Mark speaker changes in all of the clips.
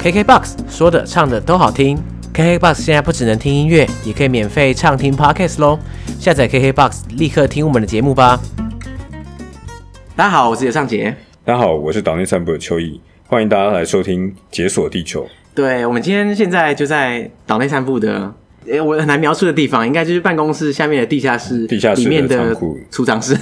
Speaker 1: KKBOX 说的唱的都好听。KKBOX 现在不只能听音乐，也可以免费畅听 Podcast 喽。下载 KKBOX，立刻听我们的节目吧。大家好，我是尤尚杰。
Speaker 2: 大家好，我是岛内散步的秋意，欢迎大家来收听《解锁地球》。
Speaker 1: 对，我们今天现在就在岛内散步的，诶、我很难描述的地方，应该就是办公室下面的地下室，
Speaker 2: 地下室
Speaker 1: 里面
Speaker 2: 的
Speaker 1: 的
Speaker 2: 仓库
Speaker 1: 储藏室。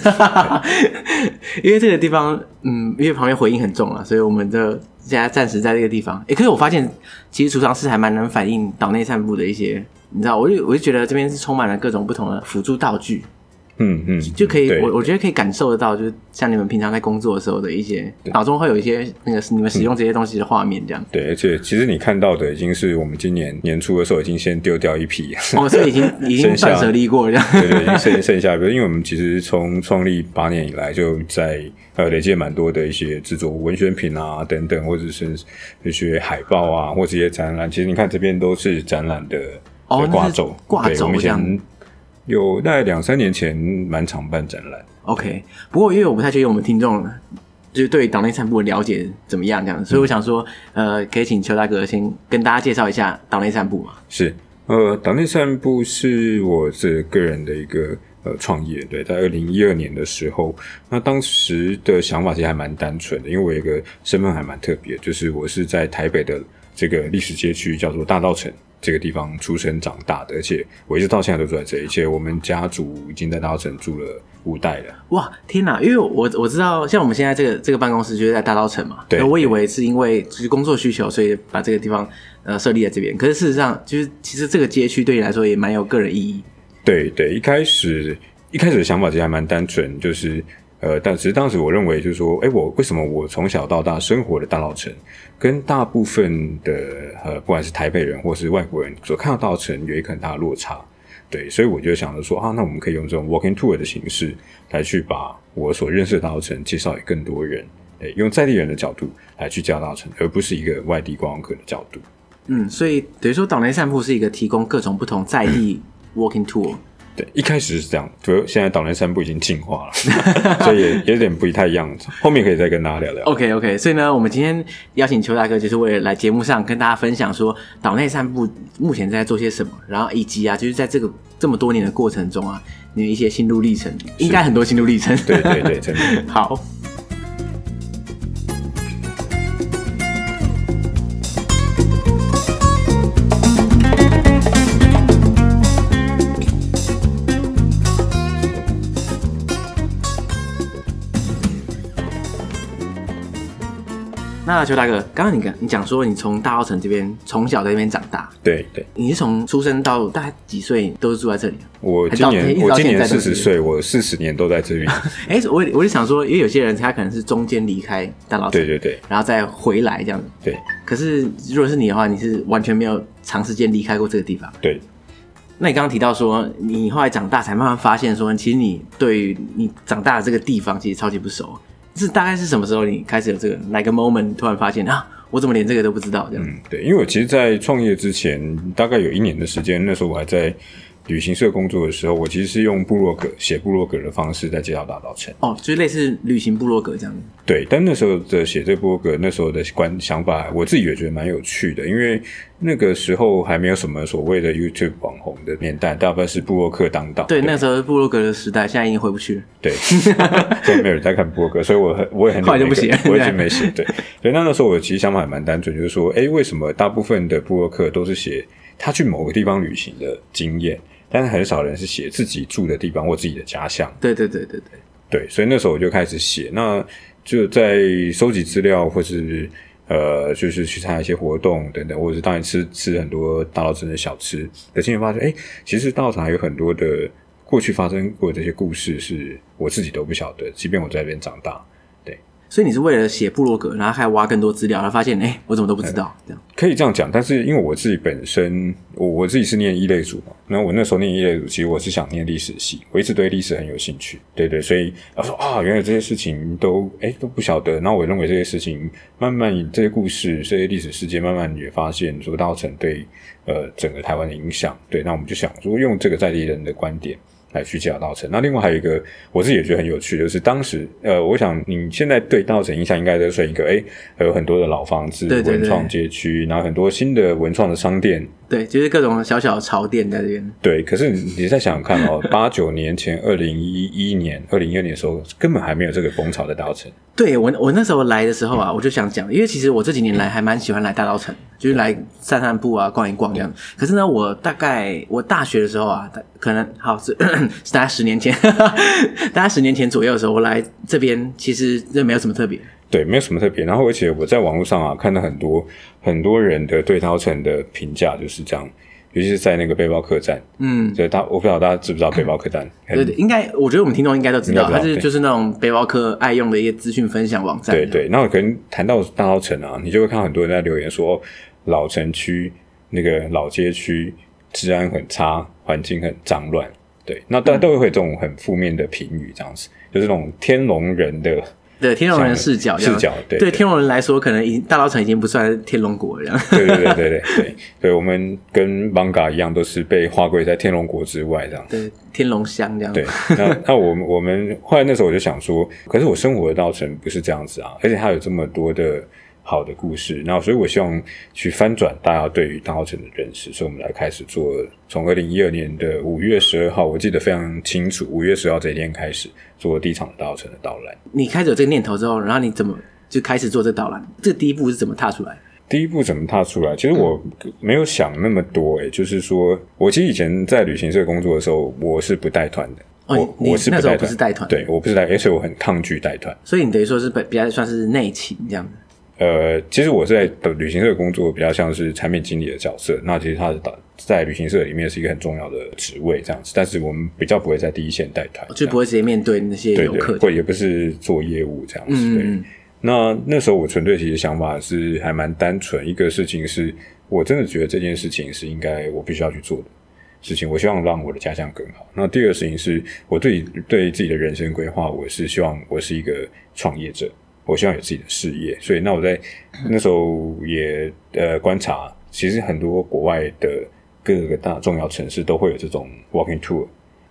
Speaker 1: 因为这个地方，嗯，因为旁边回音很重啊，所以我们的现在暂时在这个地方。诶、可是我发现，其实储藏室还蛮能反映岛内散步的一些，你知道，我就我就觉得这边是充满了各种不同的辅助道具，
Speaker 2: 嗯嗯，
Speaker 1: 就可以，
Speaker 2: 对
Speaker 1: 我我觉得可以感受得到，就是像你们平常在工作的时候的一些，脑中会有一些那个你们
Speaker 2: 嗯
Speaker 1: 使用这些东西的画面这样。
Speaker 2: 对，而且其实你看到的已经是我们今年年初的时候已经先丢掉一批，
Speaker 1: 哦，所以已经已经
Speaker 2: 剩下
Speaker 1: 断舍离过了这样。
Speaker 2: 对对，已经剩剩下，因为我们其实从创立八年以来就在呃累积了蛮多的一些制作文宣品啊等等，或者是一些海报啊，或者一些展览。其实你看这边都是展览的
Speaker 1: 哦
Speaker 2: 的
Speaker 1: 那
Speaker 2: 挂
Speaker 1: 是
Speaker 2: 轴，
Speaker 1: 挂
Speaker 2: 对
Speaker 1: 轴
Speaker 2: 我们以
Speaker 1: 这样
Speaker 2: 前有大概两三年前蛮常办展览。
Speaker 1: OK，不过因为我不太确定我们听众就是对党内散步的了解怎么样这样，所以我想说，呃，可以请邱大哥先跟大家介绍一下党内散步嘛。
Speaker 2: 是，呃，岛内散步是我这个人的一个呃创业，对，在二零一二年的时候，那当时的想法其实还蛮单纯的，因为我有一个身份还蛮特别，就是我是在台北的这个历史街区叫做大道城。这个地方出生长大的，而且我一直到现在都住在这里，而且我们家族已经在大道城住了五代了。
Speaker 1: 哇，天哪！因为我我知道，像我们现在这个这个办公室就是在大稻城嘛，
Speaker 2: 对
Speaker 1: 那我以为是因为就是工作需求，所以把这个地方呃设立在这边。可是事实上，就是其实这个街区对你来说也蛮有个人意义。
Speaker 2: 对对，一开始一开始的想法其实还蛮单纯，就是呃，但其实当时我认为就是说，哎，我为什么我从小到大生活的大稻城，跟大部分的呃，不管是台北人或是外国人所看到大稻城有一个很大的落差。对，所以我就想着说啊，那我们可以用这种 walking tour 的形式来去把我所认识的大稻城介绍给更多人，对，用在地人的角度来去介绍大稻城，而不是一个外地观光客的角度。
Speaker 1: 嗯，所以等于说岛内散步是一个提供各种不同在地 walking tour。
Speaker 2: 对，一开始是这样，不过现在岛内散步已经进化了，所以也有点不太一样。后面可以再跟大家聊聊。
Speaker 1: OK OK，所以呢，我们今天邀请邱大哥，就是为了来节目上跟大家分享说岛内散步目前在做些什么，然后以及啊，就是在这个这么多年的过程中啊，你的一些心路历程，应该很多心路历程。
Speaker 2: 对对对，真的。
Speaker 1: 好。那邱大哥，刚刚你讲你讲说你从大澳城这边从小在那边长大，
Speaker 2: 对对，
Speaker 1: 你是从出生到大概几岁都是住在这里啊？
Speaker 2: 我
Speaker 1: 还
Speaker 2: 今
Speaker 1: 到一
Speaker 2: 年
Speaker 1: 直
Speaker 2: 我
Speaker 1: 到
Speaker 2: 今
Speaker 1: 现
Speaker 2: 年
Speaker 1: 在都
Speaker 2: 四
Speaker 1: 是
Speaker 2: 十岁，我四十年都在这边。
Speaker 1: 哎、我我就想说，因为有些人他可能是中间离开大澳城，
Speaker 2: 对对对
Speaker 1: 然后再回来这样子。
Speaker 2: 对
Speaker 1: 可是如果是你的话，你是完全没有长时间离开过这个地方。
Speaker 2: 对，
Speaker 1: 那你刚刚提到说，你后来长大才慢慢发现说，其实你对于你长大的这个地方其实超级不熟。是大概是什么时候你开始有这个哪个 moment 你突然发现啊，我怎么连这个都不知道这样？
Speaker 2: 嗯对，因为我其实，在创业之前，大概有一年的时间，那时候我还在旅行社工作的时候，我其实是用部落格写部落格的方式在介绍大稻城。
Speaker 1: 哦，就是类似旅行部落格这样子。
Speaker 2: 对，但那时候的写这波格，那时候的观想法，我自己也觉得蛮有趣的，因为那个时候还没有什么所谓的 YouTube 网红的年代，大部分是布洛克当道。
Speaker 1: 对，那时候是部落格的时代，现在已经回不去了。
Speaker 2: 对， 现在没有人在看播客，所以我很我也很久
Speaker 1: 后来就
Speaker 2: 没
Speaker 1: 不写
Speaker 2: 我已经没写。对，所以那那时候我其实想法还蛮单纯，就是说，哎，为什么大部分的播客都是写他去某个地方旅行的经验，但是很少人是写自己住的地方或自己的家乡。
Speaker 1: 对对对对对。
Speaker 2: 对，所以那时候我就开始写，那就在收集资料，或是呃，就是去参加一些活动等等，或者是当然吃吃很多大稻城的小吃。可今天发现，哎，其实大稻城还有很多的过去发生过的这些故事，是我自己都不晓得，即便我在那边长大。
Speaker 1: 所以你是为了写部落格，然后还挖更多资料，然后发现哎、诶我怎么都不知道、这样。
Speaker 2: 可以这样讲，但是因为我自己本身，我我自己是念一类组嘛，那我那时候念一类组，其实我是想念历史系，我一直对历史很有兴趣，对对，所以我说啊，原来这些事情都哎都不晓得，然后我认为这些事情慢慢这些故事、这些历史事件，慢慢也发现说大稻城对呃整个台湾的影响，对，那我们就想说用这个在地人的观点来去介绍稻城。那另外还有一个，我自己也觉得很有趣，就是当时呃，我想你现在对稻城印象应该就是一个，哎，还有很多的老房子、
Speaker 1: 对对对
Speaker 2: 文创街区，然后很多新的文创的商店。
Speaker 1: 对，就是各种小小的潮店在这边。
Speaker 2: 对，可是你再想想看 哦，八九年前，二零一一年、二零一二年的时候，根本还没有这个风潮的稻城。
Speaker 1: 对我我那时候来的时候
Speaker 2: 嗯
Speaker 1: 啊，我就想讲，因为其实我这几年来还蛮喜欢来大稻城，就是来散散步啊、逛一逛这
Speaker 2: 嗯
Speaker 1: 样。可是呢，我大概我大学的时候啊，大可能好是是大概十年前， 大概十年前左右的时候，我来这边其实这没有什么特别。
Speaker 2: 对，没有什么特别。然后，而且我在网络上啊，看到很多很多人的对稻城的评价就是这样，尤其是在那个背包客栈。
Speaker 1: 嗯，
Speaker 2: 所以大，我不知道大家知不知道背包客栈？
Speaker 1: 对对，应该我觉得我们听众应该都知道，
Speaker 2: 应该知道
Speaker 1: 它是
Speaker 2: 对
Speaker 1: 就是那种背包客爱用的一些资讯分享网站。
Speaker 2: 对对，那我可能谈到大稻城啊，你就会看到很多人在留言说，老城区那个老街区治安很差，环境很脏乱。对，那
Speaker 1: 嗯
Speaker 2: 大家都会有这种很负面的评语，这样子，就是那种天龙人的
Speaker 1: 对，天龙人视角这样，
Speaker 2: 视角，对
Speaker 1: 对天龙人来说，可能已大稻城已经不算天龙国了这样。
Speaker 2: 对对对对对对，对我们跟 Manga 一样，都是被划归在天龙国之外这样。
Speaker 1: 对，天龙乡这样。
Speaker 2: 对， 那那我们我们后来那时候我就想说，可是我生活的稻城不是这样子啊，而且它有这么多的好的故事，那所以我希望去翻转大家对于稻城的认识，所以我们来开始做，从二零一二年的五月十二号，我记得非常清楚，五月十号这一天开始做第一场的稻城的导览。
Speaker 1: 你开始有这个念头之后，然后你怎么就开始做这导览？这第一步是怎么踏出来？
Speaker 2: 第一步怎么踏出来？其实我
Speaker 1: 嗯
Speaker 2: 没有想那么多、诶，就是说我其实以前在旅行社工作的时候，我是不带团的，
Speaker 1: 哦你
Speaker 2: 我我是
Speaker 1: 你那时候
Speaker 2: 带
Speaker 1: 不是带团
Speaker 2: 对我不是带，而且我很抗拒带团。
Speaker 1: 所以你等于说是比比较算是内勤这样的。
Speaker 2: 呃，其实我在旅行社工作比较像是产品经理的角色，那其实他是导在旅行社里面是一个很重要的职位这样子，但是我们比较不会在第一线带团，
Speaker 1: 哦就不会直接面对那些
Speaker 2: 对
Speaker 1: 游
Speaker 2: 对，
Speaker 1: 客。
Speaker 2: 或也不是做业务这样子。
Speaker 1: 嗯嗯
Speaker 2: 对
Speaker 1: 嗯
Speaker 2: 那那时候我纯粹其实想法是还蛮单纯，一个事情是我真的觉得这件事情是应该我必须要去做的事情，我希望让我的家乡更好。那第二个事情是我对对自己的人生规划，我是希望我是一个创业者，我希望有自己的事业。所以那我在那时候也呃观察，其实很多国外的各个大重要城市都会有这种 walking tour，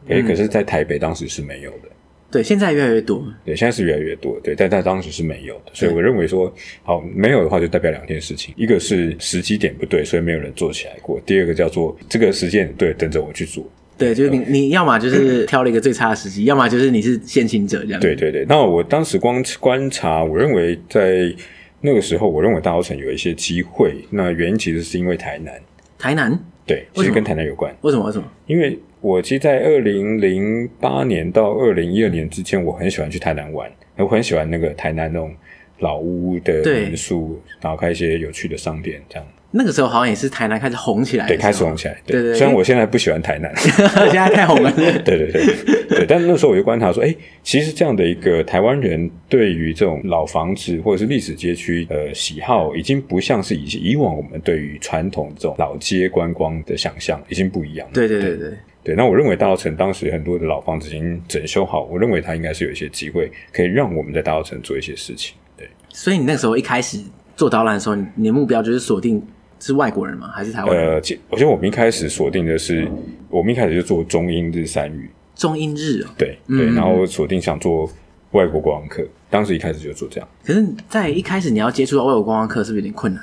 Speaker 2: 诶、可是，在台北当时是没有的。
Speaker 1: 对，现在越来越多。
Speaker 2: 对，现在是越来越多，对，但但当时是没有的，所以我认为说，好没有的话就代表两件事情，一个是时机点不对，所以没有人做起来过；第二个叫做这个时间点对，等着我去做。
Speaker 1: 对，就是你，你要么 就是挑了一个最差的时机，要么就是你是先行者这样。
Speaker 2: 对，对对，那我当时光观察，我认为在那个时候，我认为大稻城有一些机会，那原因其实是因为台南，
Speaker 1: 台南
Speaker 2: 对，
Speaker 1: 为
Speaker 2: 其
Speaker 1: 什
Speaker 2: 实
Speaker 1: 么
Speaker 2: 跟台南有关。
Speaker 1: 为什么？为什么？
Speaker 2: 因为我其实，在二零零八年到二零一二年之间，我很喜欢去台南玩，我很喜欢那个台南那种老屋的
Speaker 1: 对
Speaker 2: 民宿，然后开一些有趣的商店，这样
Speaker 1: 那个时候好像也是台南开始红起来的
Speaker 2: 对，
Speaker 1: 时候，
Speaker 2: 开始红起来。
Speaker 1: 哎对对对
Speaker 2: 虽然我现在不喜欢台南，
Speaker 1: 现在太红了。
Speaker 2: 对 对对对，但那时候我就观察说，哎，其实这样的一个台湾人对于这种老房子或者是历史街区呃喜好，已经不像是以以往我们对于传统这种老街观光的想象，已经不一样了。
Speaker 1: 对对对对，
Speaker 2: 对，那我认为大稻城当时很多的老房子已经整修好，我认为它应该是有一些机会可以让我们在大稻城做一些事情。对，
Speaker 1: 所以你那个时候一开始做导览的时候，你你的目标就是锁定是外国人吗？还是台湾人？
Speaker 2: 呃，其我觉得我们一开始锁定的是，我们一开始就做中英日三语，
Speaker 1: 中英日哦。
Speaker 2: 对
Speaker 1: 嗯
Speaker 2: 对，然后锁定想做外国观光客，当时一开始就做这样，
Speaker 1: 可是，在一开始你要接触到外国观光客，是不是有点困难？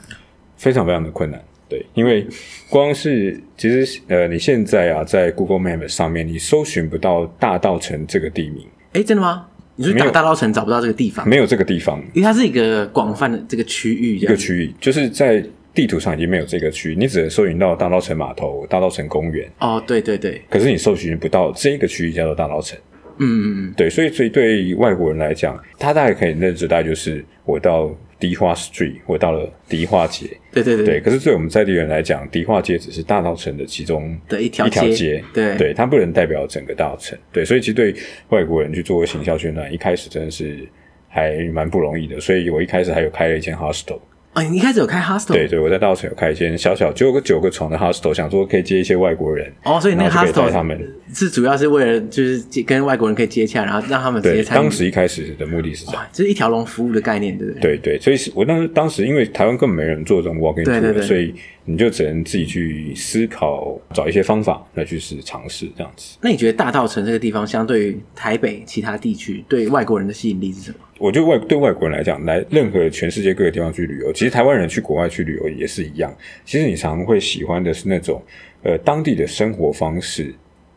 Speaker 2: 非常非常的困难。对，因为光是其实呃，你现在啊，在 Google Map 上面，你搜寻不到大稻城这个地名，
Speaker 1: 哎，真的吗？你说
Speaker 2: 没
Speaker 1: 打
Speaker 2: 有
Speaker 1: 大稻城找不到这个地方，
Speaker 2: 没有这个地方，
Speaker 1: 因为它是一个广泛的这个区域，
Speaker 2: 一
Speaker 1: 这
Speaker 2: 个
Speaker 1: 样
Speaker 2: 区域，就是在地图上已经没有这个区域，你只能搜寻到大稻城码头、大稻城公园，
Speaker 1: 哦，对对对，
Speaker 2: 可是你搜寻不到这个区域叫做大稻城。
Speaker 1: 嗯嗯嗯，
Speaker 2: 对，所以所以对外国人来讲，他大概可以认知到，就是我到迪化 Street，我到了迪化街。
Speaker 1: 对对对
Speaker 2: 对，可是对我们在地人来讲，迪化街只是大稻城的其中
Speaker 1: 的一条
Speaker 2: 一条
Speaker 1: 街
Speaker 2: 街，
Speaker 1: 对
Speaker 2: 对，它不能代表整个大稻城。对，所以其实对外国人去做行销宣传，一开始真的是还蛮不容易的。所以我一开始还有开了一间 hostel。
Speaker 1: 哦，你一开始有开 hostel，
Speaker 2: 对，对，我在大稻城有开一间小小只有个九个床的 hostel，想说可以接一些外国人，
Speaker 1: 哦，所以那个
Speaker 2: 然后就可以带
Speaker 1: hostel
Speaker 2: 他们。
Speaker 1: 是主要是为了就是接跟外国人可以接洽，然后让他们直接
Speaker 2: 对，
Speaker 1: 参与。
Speaker 2: 当时一开始的目的是这样。
Speaker 1: 哇，这是一条龙服务的概念，对不对？
Speaker 2: 对对，所以是我当时当时因为台湾根本没人做这种 walking
Speaker 1: 对
Speaker 2: tour，
Speaker 1: 对对
Speaker 2: 所以你就只能自己去思考，找一些方法来去试尝试这样子。
Speaker 1: 那你觉得大稻城这个地方相对于台北其他地区，对外国人的吸引力是什么？
Speaker 2: 我觉得外对外国人来讲，来任何全世界各个地方去旅游，其实台湾人去国外去旅游也是一样。其实你常会喜欢的是那种呃当地的生活方式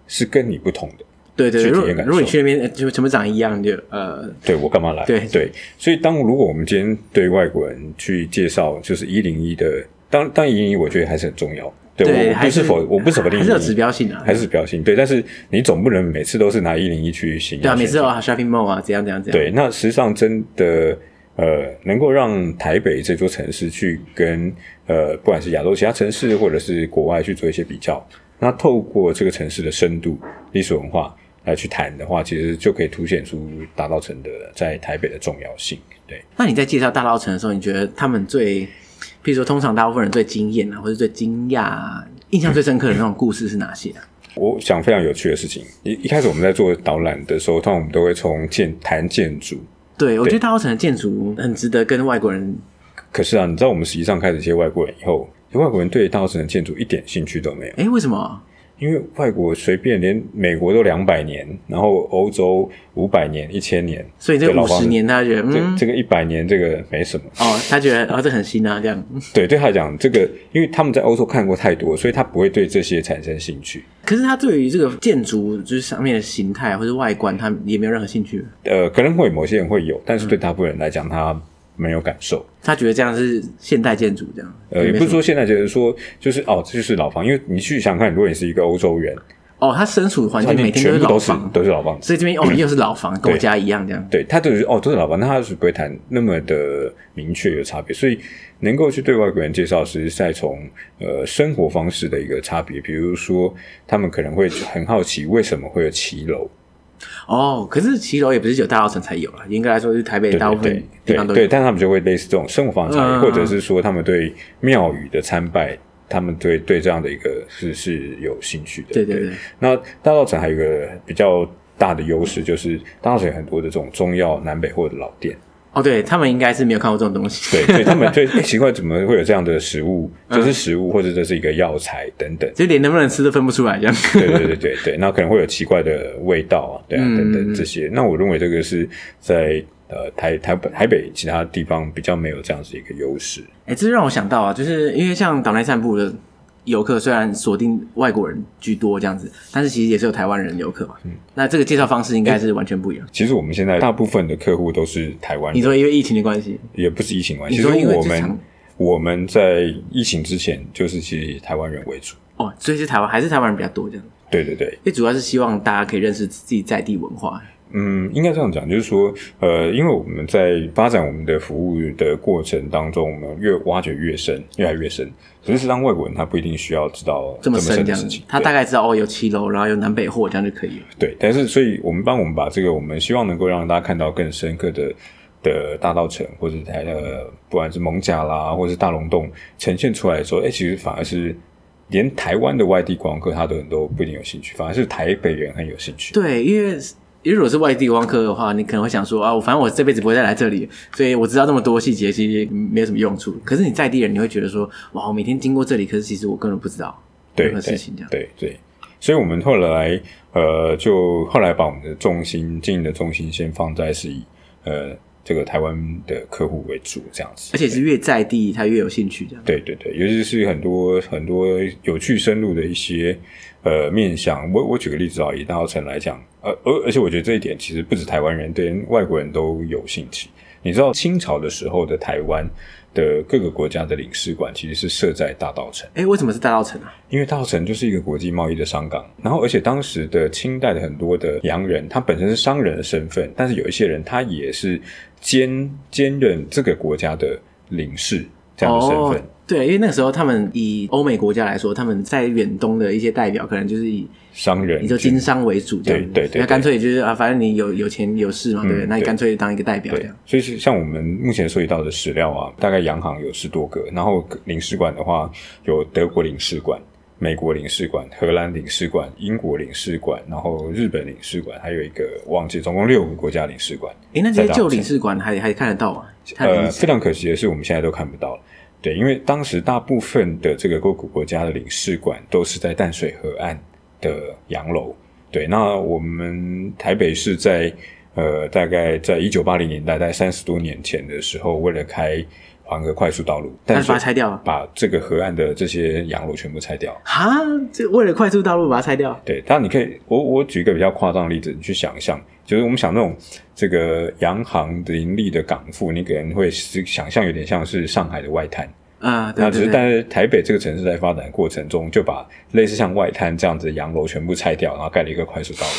Speaker 2: 是跟你不同的。
Speaker 1: 对对对，
Speaker 2: 去体
Speaker 1: 如
Speaker 2: 验
Speaker 1: 果
Speaker 2: 感受
Speaker 1: 如果你去那边呃就全部长一样，你就呃，
Speaker 2: 对我干嘛来？
Speaker 1: 对
Speaker 2: 对，所以当如果我们今天对外国人去介绍，就是一零一的，当当一零一，我觉得还是很重要。对
Speaker 1: 对
Speaker 2: 我我
Speaker 1: 还
Speaker 2: 不
Speaker 1: 是
Speaker 2: 是否我不是否定
Speaker 1: 还是有
Speaker 2: 101
Speaker 1: 指标性啊
Speaker 2: 还是指标性对，但是你总不能每次都是拿一零一去形容
Speaker 1: 对啊，每次
Speaker 2: 选
Speaker 1: 都
Speaker 2: 择
Speaker 1: 啊 shopping mall 啊，怎样怎样怎样。
Speaker 2: 对，那实际上真的呃，能够让台北这座城市去跟呃，不管是亚洲其他城市或者是国外去做一些比较，那透过这个城市的深度、历史文化来去谈的话，其实就可以凸显出大稻城的在台北的重要性。对，
Speaker 1: 那你在介绍大稻城的时候，你觉得他们最，譬如说，通常大部分人最惊艳啊，或者最惊讶啊、印象最深刻的那种故事是哪些啊？
Speaker 2: 我想非常有趣的事情，一一开始我们在做导览的时候，通常我们都会从建谈建筑，
Speaker 1: 对，我觉得大稻城的建筑很值得跟外国人
Speaker 2: 可是啊，你知道我们实际上开始接外国人以后，外国人对大稻城的建筑一点兴趣都没有。
Speaker 1: 哎，为什么？
Speaker 2: 因为外国随便连美国都两百年，然后欧洲五百年、一千年，
Speaker 1: 所以这
Speaker 2: 对老
Speaker 1: 五
Speaker 2: 方
Speaker 1: 十年，他觉得
Speaker 2: 这
Speaker 1: 嗯，
Speaker 2: 这个一百年这个没什么。
Speaker 1: 哦，他觉得哦，这很新啊，这样。
Speaker 2: 对，对他来讲，这个因为他们在欧洲看过太多，所以他不会对这些产生兴趣。
Speaker 1: 可是他对于这个建筑就是上面的形态或者外观，他也没有任何兴趣。
Speaker 2: 呃，可能会某些人会有，但是对大部分人来讲，他没有感受。
Speaker 1: 他觉得这样是现代建筑这样。
Speaker 2: 呃，
Speaker 1: 嗯
Speaker 2: 也
Speaker 1: 没什
Speaker 2: 不是
Speaker 1: 么
Speaker 2: 说现在觉得说就是哦，这就是老房，因为你去想看，如果你是一个欧洲人，
Speaker 1: 哦，他身处环
Speaker 2: 他
Speaker 1: 境每
Speaker 2: 你
Speaker 1: 天都是
Speaker 2: 全部
Speaker 1: 老
Speaker 2: 都是
Speaker 1: 房，
Speaker 2: 都是老房子。
Speaker 1: 所以这边 哦又是老房，跟我
Speaker 2: 对
Speaker 1: 家一样这样。
Speaker 2: 对他就是哦，都是老板，那他是不会谈那么的明确有差别，所以能够去对外国人介绍，实际在从呃生活方式的一个差别，比如说他们可能会很好奇为什么会有骑楼，
Speaker 1: 哦，可是骑楼也不是只有大稻城才有了，应该来说是台北
Speaker 2: 对
Speaker 1: 大部
Speaker 2: 对
Speaker 1: 分地
Speaker 2: 对
Speaker 1: 方
Speaker 2: 对
Speaker 1: 都
Speaker 2: 对，
Speaker 1: 有。
Speaker 2: 但他们就会类似这种生活方式差别，
Speaker 1: 嗯
Speaker 2: 或者是说他们对庙宇的参拜，他们对对这样的一个是是有兴趣的，
Speaker 1: 对对对，
Speaker 2: 那大稻城还有一个比较大的优势，就是大稻城有很多的这种中药南北货的老店。
Speaker 1: 哦，对他们应该是没有看过这种东西。
Speaker 2: 对，所以他们最、欸、奇怪，怎么会有这样的食物？这是食物，或者这是一个药材等等。
Speaker 1: 就连能不能吃都分不出来这样。
Speaker 2: 对对对对对，那可能会有奇怪的味道啊，对啊，
Speaker 1: 嗯
Speaker 2: 等等这些。那我认为这个是在呃台台北台北其他地方比较没有这样子一个优势。
Speaker 1: 哎、这让我想到啊，就是因为像岛内散步的游客，虽然锁定外国人居多这样子，但是其实也是有台湾人游客嘛。
Speaker 2: 嗯
Speaker 1: 那这个介绍方式应该是完全不一样。
Speaker 2: 其实我们现在大部分的客户都是台湾
Speaker 1: 你
Speaker 2: 人，
Speaker 1: 说因为疫情的关系，
Speaker 2: 也不是疫情关系。
Speaker 1: 你
Speaker 2: 其
Speaker 1: 说
Speaker 2: 实
Speaker 1: 因为
Speaker 2: 我
Speaker 1: 这
Speaker 2: 们
Speaker 1: 场
Speaker 2: 我们在疫情之前就是其实以台湾人为主。
Speaker 1: 哦，所以是台湾还是台湾人比较多这样，
Speaker 2: 对对对，
Speaker 1: 因为主要是希望大家可以认识自己在地文化。
Speaker 2: 嗯，应该这样讲，就是说，呃，因为我们在发展我们的服务的过程当中，我们越挖掘越深，越来越深。可是，当外国人他不一定需要知道
Speaker 1: 这
Speaker 2: 么
Speaker 1: 么深这
Speaker 2: 的
Speaker 1: 样
Speaker 2: 事
Speaker 1: 子
Speaker 2: 情，，
Speaker 1: 他大概知道哦有七楼，然后有南北货这样就可以了。
Speaker 2: 对对。但是，所以我们帮我们把这个，我们希望能够让大家看到更深刻的的大稻城，或者台呃，不管是蒙甲啦，或者是大龙洞呈现出来的时候，哎、其实反而是连台湾的外地观光客他都很多不一定有兴趣，反而是台北人很有兴趣。
Speaker 1: 对，因为因为如果是外地观光客的话，你可能会想说啊，我反正我这辈子不会再来这里，所以我知道这么多细节其实没有什么用处。可是你在地人，你会觉得说，哇，我每天经过这里，可是其实我根本不知道
Speaker 2: 对
Speaker 1: 任何
Speaker 2: 对
Speaker 1: 事情这样。
Speaker 2: 对对，所以我们后来呃，就后来把我们的重心经营的重心先放在是以呃这个台湾的客户为主这样子，
Speaker 1: 而且是越在地，他越有兴趣这样。
Speaker 2: 对对对，尤其是很多很多有趣深入的一些呃面向。我我举个例子啊，以大稻城来讲，呃，而而且我觉得这一点其实不止台湾人，对外国人都有兴趣。你知道清朝的时候的台湾的各个国家的领事馆其实是设在大稻城。
Speaker 1: 哎，为什么是大稻城啊？
Speaker 2: 因为大稻城就是一个国际贸易的商港，然后而且当时的清代的很多的洋人，他本身是商人的身份，但是有一些人他也是兼兼任这个国家的领事这样的身份。
Speaker 1: 哦，对，因为那个时候他们以欧美国家来说，他们在远东的一些代表可能就是以
Speaker 2: 商人
Speaker 1: 以就经商为主这样子，
Speaker 2: 对对对
Speaker 1: 那干脆就是啊，反正你有有钱有势嘛，对不对？
Speaker 2: 嗯
Speaker 1: 那你
Speaker 2: 对
Speaker 1: 干脆当一个代表这
Speaker 2: 对
Speaker 1: 样。，
Speaker 2: 所以是像我们目前收集到的史料啊，大概洋行有十多个，然后领事馆的话有德国领事馆、美国领事馆、荷兰领事馆、英国领事馆，然后日本领事馆，还有一个忘记，总共六个国家领事馆。
Speaker 1: 哎，那这
Speaker 2: 再
Speaker 1: 些
Speaker 2: 到
Speaker 1: 旧
Speaker 2: 现
Speaker 1: 领事馆还还看得到吗？看得
Speaker 2: 呃，
Speaker 1: 遗址
Speaker 2: 非常可惜的是，我们现在都看不到了。对，因为当时大部分的这个各国国家的领事馆都是在淡水河岸的洋楼。对，那我们台北市在呃大概在一九八零年代，在三十多年前的时候，为了开黄河快速道路，
Speaker 1: 但
Speaker 2: 淡
Speaker 1: 是把
Speaker 2: 水
Speaker 1: 它拆掉了
Speaker 2: 把这个河岸的这些洋楼全部拆掉。
Speaker 1: 哈，这为了快速道路把它拆掉，
Speaker 2: 对，当然你可以，我我举一个比较夸张的例子，你去想象，就是我们想那种这个洋行林立的港埠，你可能会是想象有点像是上海的外滩，
Speaker 1: 啊，对
Speaker 2: 那只
Speaker 1: 对
Speaker 2: 是
Speaker 1: 对，
Speaker 2: 但是台北这个城市在发展过程中，就把类似像外滩这样子的洋楼全部拆掉，然后盖了一个快速道路。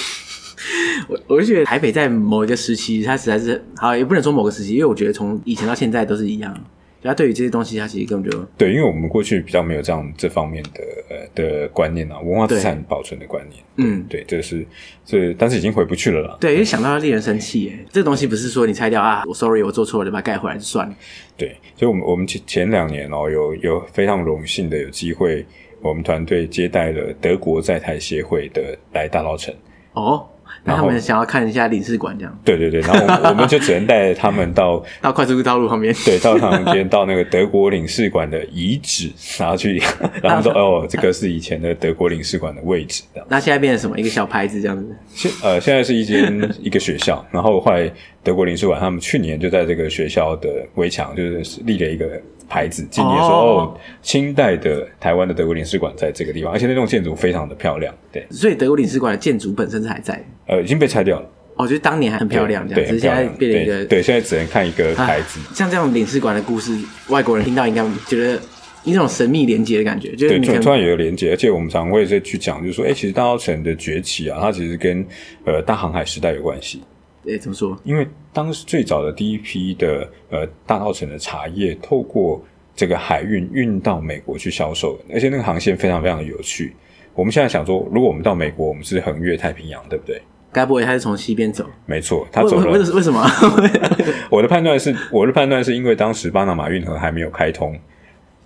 Speaker 1: 我我就觉得台北在某一个时期，它实在是好，也不能说某个时期，因为我觉得从以前到现在都是一样，就它对于这些东西，它其实根本就
Speaker 2: 对，因为我们过去比较没有这样这方面的呃的观念啊，文化资产保存的观念。
Speaker 1: 嗯，
Speaker 2: 对，这是这，但是已经回不去了啦。
Speaker 1: 对，因为想到令人生气耶，这东西不是说你拆掉啊，我 sorry，我做错了，把它盖回来就算了。
Speaker 2: 对，所以我们我们前前两年哦，有有非常荣幸的有机会，我们团队接待了德国在台协会的来大稻城。
Speaker 1: 哦，那他
Speaker 2: 然后
Speaker 1: 们想要看一下领事馆这样，
Speaker 2: 对对对，然后我们我们就只能带他们到
Speaker 1: 到快速道路旁边。
Speaker 2: 对到他们边到那个德国领事馆的遗址，然后去， 然后说哦，这个是以前的德国领事馆的位置这样。
Speaker 1: 那现在变成什么？一个小牌子这样子。
Speaker 2: 现呃，现在是一间一个学校，然后后来德国领事馆他们去年就在这个学校的围墙就是立了一个牌子，今年说
Speaker 1: 哦
Speaker 2: 哦清代的台湾的德国领事馆在这个地方，而且那栋建筑非常的漂亮，对，
Speaker 1: 所以德国领事馆的建筑本身是还在的，
Speaker 2: 呃，已经被拆掉了，
Speaker 1: 哦，就是当年还很漂亮这
Speaker 2: 对，
Speaker 1: 样，只
Speaker 2: 很
Speaker 1: 是
Speaker 2: 漂
Speaker 1: 现在
Speaker 2: 亮，
Speaker 1: 变成一
Speaker 2: 对
Speaker 1: 个
Speaker 2: 对，现在只能看一个牌子，
Speaker 1: 啊像这样领事馆的故事，外国人听到应该觉得一种神秘连接的感觉，就是
Speaker 2: 对，
Speaker 1: 你
Speaker 2: 突
Speaker 1: 可
Speaker 2: 然突
Speaker 1: 能
Speaker 2: 然有一个连接，而且我们常会是去讲，就是说，哎，其实大稻城的崛起啊，它其实跟呃大航海时代有关系，
Speaker 1: 诶怎么说？
Speaker 2: 因为当时最早的第一批的呃大稻城的茶叶，透过这个海运运到美国去销售，而且那个航线非常非常的有趣。我们现在想说，如果我们到美国，我们是横越太平洋，对不对？
Speaker 1: 该不会他是从西边走？
Speaker 2: 没错，他
Speaker 1: 为
Speaker 2: 走
Speaker 1: 为为
Speaker 2: 了。
Speaker 1: 为 什么？
Speaker 2: 我的判断是，我的判断是因为当时巴拿马运河还没有开通，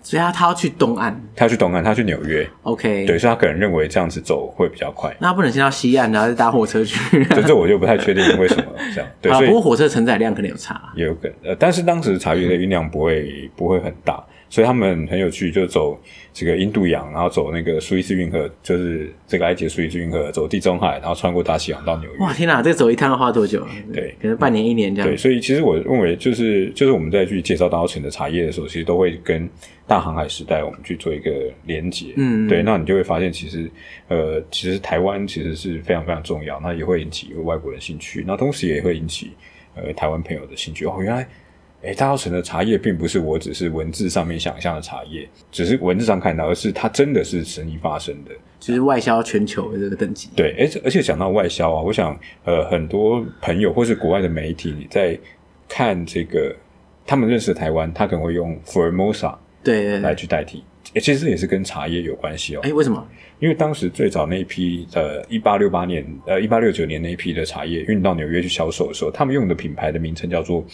Speaker 1: 所以他他要去东岸
Speaker 2: 他去东岸，他去纽约，
Speaker 1: ，OK，
Speaker 2: 对，所以他可能认为这样子走会比较快。
Speaker 1: 那他不能先到西岸，然后再搭火车去。
Speaker 2: 这这我就不太确定为什么这样。对，
Speaker 1: 啊，
Speaker 2: 所以
Speaker 1: 不过火车承载量可能有差。
Speaker 2: 也有可能，呃，但是当时茶叶的运量不会不会很大，所以他们很有趣，就走这个印度洋，然后走那个苏伊士运河，就是这个埃及的苏伊士运河，走地中海，然后穿过大西洋到纽约。
Speaker 1: 哇，天哪，这个走一趟要花多久啊？
Speaker 2: 对，
Speaker 1: 可能半年一年这
Speaker 2: 对，
Speaker 1: 样。
Speaker 2: 所以其实我认为就是就是我们在去介绍大稻城的茶叶的时候，其实都会跟大航海时代我们去做一个连结。
Speaker 1: 嗯
Speaker 2: 对，那你就会发现其实呃，其实台湾其实是非常非常重要，那也会引起外国人兴趣，那同时也会引起呃台湾朋友的兴趣。哦，原来。诶，大稻城的茶叶并不是我只是文字上面想象的茶叶，只是文字上看到，而是它真的是神意发生的。
Speaker 1: 就是外销全球的这个等级。
Speaker 2: 对，而且而且讲到外销啊，我想呃，很多朋友或是国外的媒体，你在看这个他们认识的台湾，他可能会用 Formosa
Speaker 1: 对对对
Speaker 2: 来。去代替。诶其实也是跟茶叶有关系哦，
Speaker 1: 哎，为什么？
Speaker 2: 因为当时最早那一批呃，一八六八年呃，一八六九年那一批的茶叶运到纽约去销售的时候，他们用的品牌的名称叫做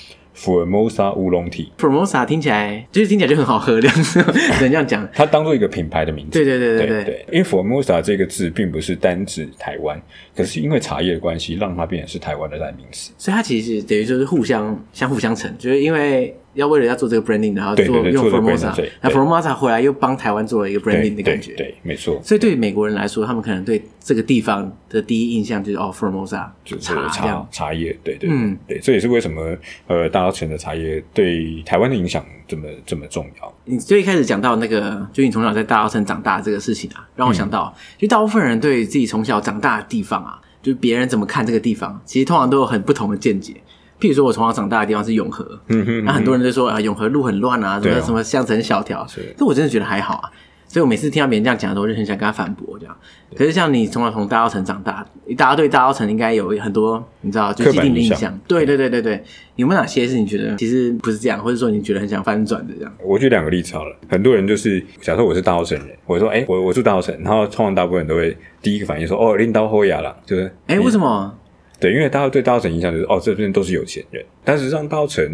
Speaker 2: Formosa 乌龙 tea，
Speaker 1: Formosa 听起来就是听起来就很好喝的， 只能这样讲。
Speaker 2: 它当做一个品牌的名字。
Speaker 1: 对对对
Speaker 2: 对
Speaker 1: 对，
Speaker 2: 因为 Formosa 这个字并不是单指台湾，可是因为茶叶的关系，让它变成是台湾的代名词。
Speaker 1: 所以它其实等于就是互相相辅相成，就是因为要为了要做这个 branding，然后
Speaker 2: 对对
Speaker 1: 做
Speaker 2: 对
Speaker 1: 用
Speaker 2: 做这个 branding，
Speaker 1: Formosa，
Speaker 2: 对
Speaker 1: 那
Speaker 2: 对
Speaker 1: Formosa 回来又帮台湾做了一个 branding 的感觉。
Speaker 2: 对，对对没错，
Speaker 1: 所以对于美国人来说，他们可能对这个地方的第一印象就是哦，Formosa
Speaker 2: 就是
Speaker 1: 茶这
Speaker 2: 茶
Speaker 1: 样。
Speaker 2: 茶叶，对对
Speaker 1: 嗯
Speaker 2: 嗯对，这也是为什么呃大稻城的茶叶对台湾的影响这么这么重要。
Speaker 1: 你最一开始讲到那个，就你从小在大稻城长大这个事情啊，让我想到，就大部分人对自己从小长大的地方啊，就是别人怎么看这个地方，其实通常都有很不同的见解。譬如说，我从小长大的地方是永和，
Speaker 2: 嗯哼
Speaker 1: 啊那很多人就说啊，永和路很乱啊，什
Speaker 2: 对
Speaker 1: 么
Speaker 2: 啊
Speaker 1: 什么巷子很小条
Speaker 2: 是，
Speaker 1: 但我真的觉得还好啊。所以我每次听到别人这样讲的时候，我就很想跟他反驳这样。可是像你从小从大稻城长大，大家对大稻城应该有很多你知道就
Speaker 2: 刻
Speaker 1: 既
Speaker 2: 板
Speaker 1: 定的
Speaker 2: 印
Speaker 1: 印
Speaker 2: 象
Speaker 1: 象。对对对对对，有没有哪些是你觉得其实不是这样，或者说你觉得很想翻转的这样？
Speaker 2: 我举两个例子好了，很多人就是假设我是大澳城人，我说哎、诶我我住大澳城，然后通常大部分人都会第一个反应说哦，拎刀后雅啦，就是
Speaker 1: 哎、为什么？
Speaker 2: 对，因为大家对大澳城印象就是哦，这边都是有钱人，但实际上大澳城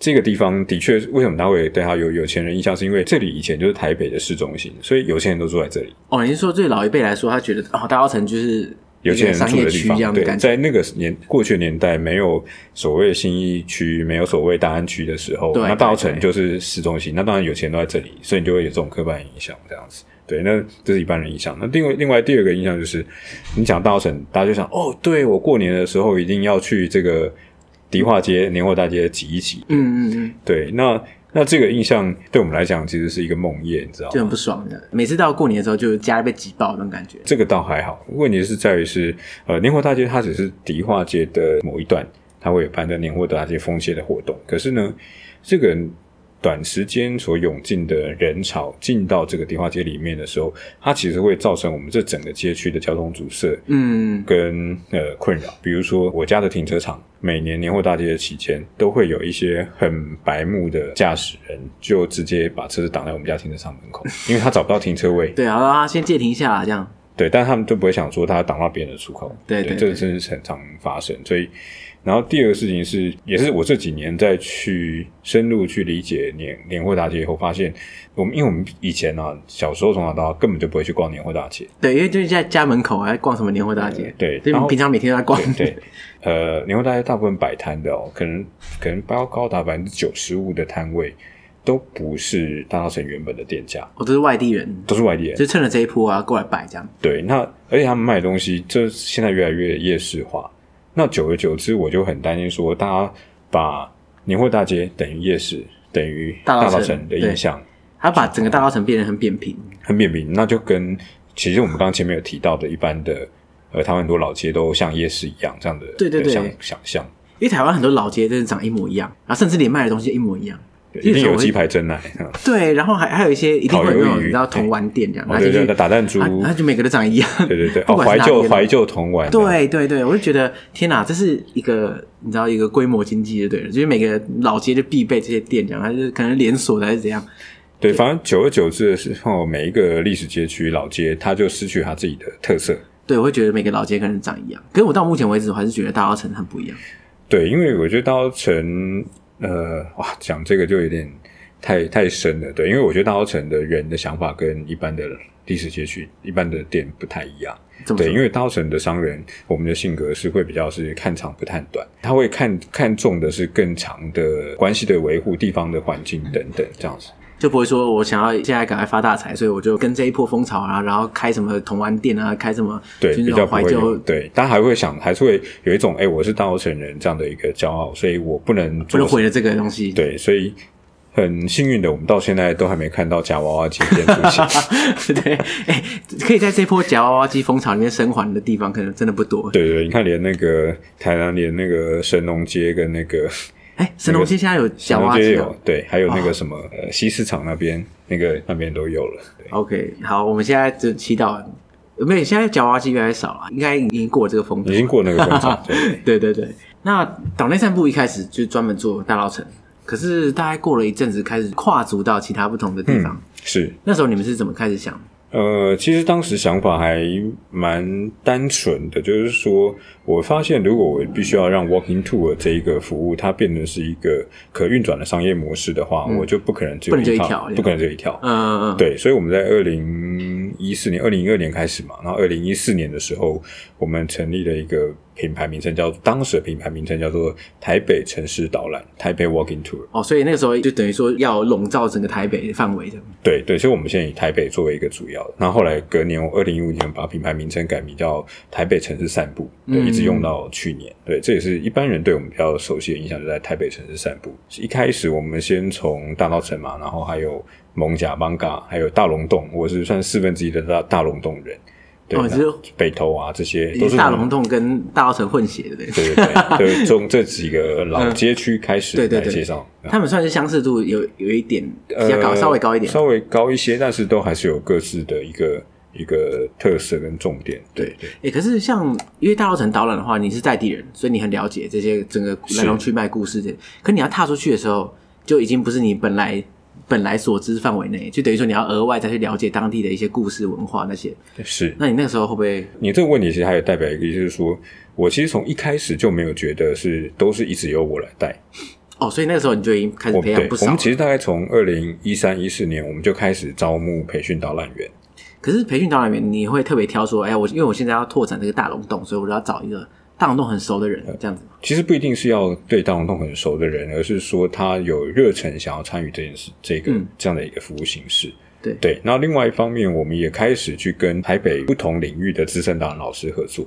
Speaker 2: 这个地方的确，为什么大家会对它有有钱人印象，是因为这里以前就是台北的市中心，所以有钱人都住在这里，
Speaker 1: 哦，你是说对老一辈来说，他觉得哦，大稻城就是
Speaker 2: 有钱人
Speaker 1: 商
Speaker 2: 住
Speaker 1: 业
Speaker 2: 的地
Speaker 1: 区这样
Speaker 2: 方，
Speaker 1: 的
Speaker 2: 对，
Speaker 1: 感觉。
Speaker 2: 在那个年过去的年代，没有所谓新义区，没有所谓大安区的时候，
Speaker 1: 对
Speaker 2: 那大澳城
Speaker 1: 对
Speaker 2: 就是市中心，那当然有钱人都在这里，所以你就会有这种刻板印象这样子。对，那这是一般人印象。那另外另外第二个印象就是，你讲大澳城，大家就想哦，对我过年的时候一定要去这个迪化街、年货大街挤一挤。
Speaker 1: 嗯嗯嗯，
Speaker 2: 对，那那这个印象对我们来讲其实是一个梦魇，你知道吗
Speaker 1: 就？很不爽的。每次到过年的时候，就家里被挤爆那种感觉。
Speaker 2: 这个倒还好，问题是在于是呃，年货大街它只是迪化街的某一段，它会有办在年货大街封街的活动。可是呢，这个短时间所涌进的人潮进到这个迪化街里面的时候，它其实会造成我们这整个街区的交通阻塞
Speaker 1: 嗯，
Speaker 2: 跟呃困扰。比如说我家的停车场，每年年货大街的期间，都会有一些很白目的驾驶人，就直接把车子挡在我们家停车场门口，因为他找不到停车位。
Speaker 1: 对，好了，啊先借停一下啊这样。
Speaker 2: 对，但他们就不会想说他挡到别人的出口，
Speaker 1: 对对
Speaker 2: 这
Speaker 1: 对
Speaker 2: 个真的是很常发生。所以，然后第二个事情是，也是我这几年在去深入去理解年年货大街以后，发现我们因为我们以前啊，小时候从小到大根本就不会去逛年货大街，
Speaker 1: 对，因为就是在家门口还逛什么年货大街，
Speaker 2: 对
Speaker 1: 就是
Speaker 2: 然后
Speaker 1: 平常每天都在逛。
Speaker 2: 对，呃，年货大街大部分摆摊的哦，可能可能包高达百分之九十五的摊位都不是大稻城原本的店家，
Speaker 1: 我都是外地人，
Speaker 2: 都是外地人
Speaker 1: 就。趁着这一波啊过来摆这样。
Speaker 2: 对，那而且他们卖的东西，这现在越来越夜市化。那久而久之，我就很担心说，大家把年货大街等于夜市，等于
Speaker 1: 大稻
Speaker 2: 大稻
Speaker 1: 城
Speaker 2: 城的
Speaker 1: 对
Speaker 2: 印象
Speaker 1: 他把整个大稻城变得很扁平。
Speaker 2: 很扁平，那就跟其实我们刚刚前面有提到的，一般的呃，他们很多老街都像夜市一样这样的
Speaker 1: 对对
Speaker 2: 的
Speaker 1: 对
Speaker 2: 想想象，
Speaker 1: 因为台湾很多老街真的长一模一样，然后甚至连卖的东西一模一样。
Speaker 2: 对一定
Speaker 1: 因为
Speaker 2: 有
Speaker 1: 我会
Speaker 2: 鸡排蒸奶，嗯
Speaker 1: 对，然后还还有一些一定会有那
Speaker 2: 烤鱿
Speaker 1: 种
Speaker 2: 鱼
Speaker 1: 你知道铜丸店这样，
Speaker 2: 哦
Speaker 1: 然后
Speaker 2: 对
Speaker 1: 进
Speaker 2: 对
Speaker 1: 去
Speaker 2: 对，打弹珠，
Speaker 1: 啊，它就每个都长一样。
Speaker 2: 对对对，
Speaker 1: 不
Speaker 2: 哦，
Speaker 1: 管
Speaker 2: 怀
Speaker 1: 是哪
Speaker 2: 旧
Speaker 1: 边的
Speaker 2: 怀旧啊童玩，
Speaker 1: 对对对，我就觉得天哪，这是一个你知道一个规模经济就对了，就是每个老街就必备这些店这样，还是可能连锁的还是怎样？
Speaker 2: 对，反正久而久之的时候，每一个历史街区老街，它就失去它自己的特色。
Speaker 1: 对，我会觉得每个老街可能长一样，可是我到目前为止我还是觉得大稻城很不一样。
Speaker 2: 对，因为我觉得大稻城，呃，哇，讲这个就有点太太深了。对，因为我觉得大稻城的人的想法跟一般的历史街区、一般的店不太一样。
Speaker 1: 怎么
Speaker 2: 对，
Speaker 1: 说
Speaker 2: 因？为大稻城的商人，我们的性格是会比较是看长不看短，他会看看重的是更长的关系的维护、地方的环境等等这样子。
Speaker 1: 就不会说我想要现在赶快发大财，所以我就跟这一波风潮啊，然后开什么铜玩店啊，开什么
Speaker 2: 对，
Speaker 1: 就是
Speaker 2: 比
Speaker 1: 那
Speaker 2: 较
Speaker 1: 种
Speaker 2: 不
Speaker 1: 怀
Speaker 2: 会有
Speaker 1: 旧，
Speaker 2: 对，大家还会想，还是会有一种哎、诶我是大稻城人这样的一个骄傲，所以我不能
Speaker 1: 不
Speaker 2: 做
Speaker 1: 能毁了这个东西。
Speaker 2: 对，所以很幸运的，我们到现在都还没看到夹娃娃机这件 事情。
Speaker 1: 对，哎、可以在这波夹娃娃机风潮里面生还的地方，可能真的不多。
Speaker 2: 对对，你看，连那个台南，连那个神农街跟那个
Speaker 1: 哎、神农街哦现在有夹
Speaker 2: 神
Speaker 1: 娃
Speaker 2: 农
Speaker 1: 娃
Speaker 2: 街
Speaker 1: 机
Speaker 2: 有
Speaker 1: 了。，
Speaker 2: 对，还有那个什么、呃西市场那边，那个那边都有了。对
Speaker 1: OK，好，我们现在就祈祷，没有，现在夹娃娃机越来越少了，应该已经过了这个风头
Speaker 2: 已。经过那个工 厂，对，
Speaker 1: 对对对，那岛内散步一开始就专门做大稻城，可是大概过了一阵子，开始跨足到其他不同的地方。
Speaker 2: 是。
Speaker 1: 那时候你们是怎么开始想？
Speaker 2: 呃，其实当时想法还蛮单纯的，就是说我发现，如果我必须要让 Walking Tour 这一个服务它变成是一个可运转的商业模式的话，我就不可能只
Speaker 1: 嗯
Speaker 2: 有
Speaker 1: 不能就一
Speaker 2: 套
Speaker 1: 条
Speaker 2: 不可能只有一条。
Speaker 1: 嗯嗯嗯，
Speaker 2: 对，所以我们在二零一四年、二零一二年开始嘛，然后二零一四年的时候，我们成立了一个品牌名称叫当时的品牌名称叫做台北城市导览台北 Walking Tour。
Speaker 1: 哦，所以那个时候就等于说要笼罩整个台北的范围这样。
Speaker 2: 对对，所以我们现在以台北作为一个主要的，然后后来隔年我二零一五年把品牌名称改名叫台北城市散步，对，
Speaker 1: 嗯
Speaker 2: 一直用到去年。对，这也是一般人对我们比较熟悉的印象，就在台北城市散步。一开始我们先从大稻城嘛，然后还有蒙贾邦嘎，还有大龙洞，我是算四分之一的大大龙洞人。对，
Speaker 1: 哦就是
Speaker 2: 那北投啊这些
Speaker 1: 因
Speaker 2: 都
Speaker 1: 为
Speaker 2: 是
Speaker 1: 大
Speaker 2: 我们
Speaker 1: 龙洞跟大稻城混血的，对不对
Speaker 2: 对对对， 对，从这几个老街区开始
Speaker 1: 嗯对对
Speaker 2: 来
Speaker 1: 对
Speaker 2: 介绍，嗯
Speaker 1: 他们算是相似度有有一点比
Speaker 2: 呃
Speaker 1: 较高，稍微高一点。
Speaker 2: 稍微高一些，但是都还是有各自的一个一个特色跟重点。对对，
Speaker 1: 哎、可是像因为大稻城导览的话，你是在地人，所以你很了解这些整个来龙去脉故事的。可你要踏出去的时候，就已经不是你本来本来所知范围内，就等于说你要额外再去了解当地的一些故事、文化那些。
Speaker 2: 是
Speaker 1: 那你那个时候会不会
Speaker 2: 你这个问题，其实还有代表一个，就是说我其实从一开始就没有觉得是都是一直由我来带。
Speaker 1: 哦？所以那个时候你就已经开始
Speaker 2: 我
Speaker 1: 培养
Speaker 2: 们对
Speaker 1: 不，
Speaker 2: 我
Speaker 1: 少
Speaker 2: 们
Speaker 1: 了。
Speaker 2: 其实大概从二零一三一四年，我们就开始招募培训导览员。
Speaker 1: 可是培训导览员你会特别挑说，哎、我因为我现在要拓展这个大龙洞，所以我就要找一个大龙洞很熟的人，这样子。
Speaker 2: 其实不一定是要对大龙洞很熟的人，而是说他有热忱想要参与这件事，这个、
Speaker 1: 嗯
Speaker 2: 这样的一个服务形式。
Speaker 1: 对
Speaker 2: 对，那另外一方面，我们也开始去跟台北不同领域的资深导览老师合作。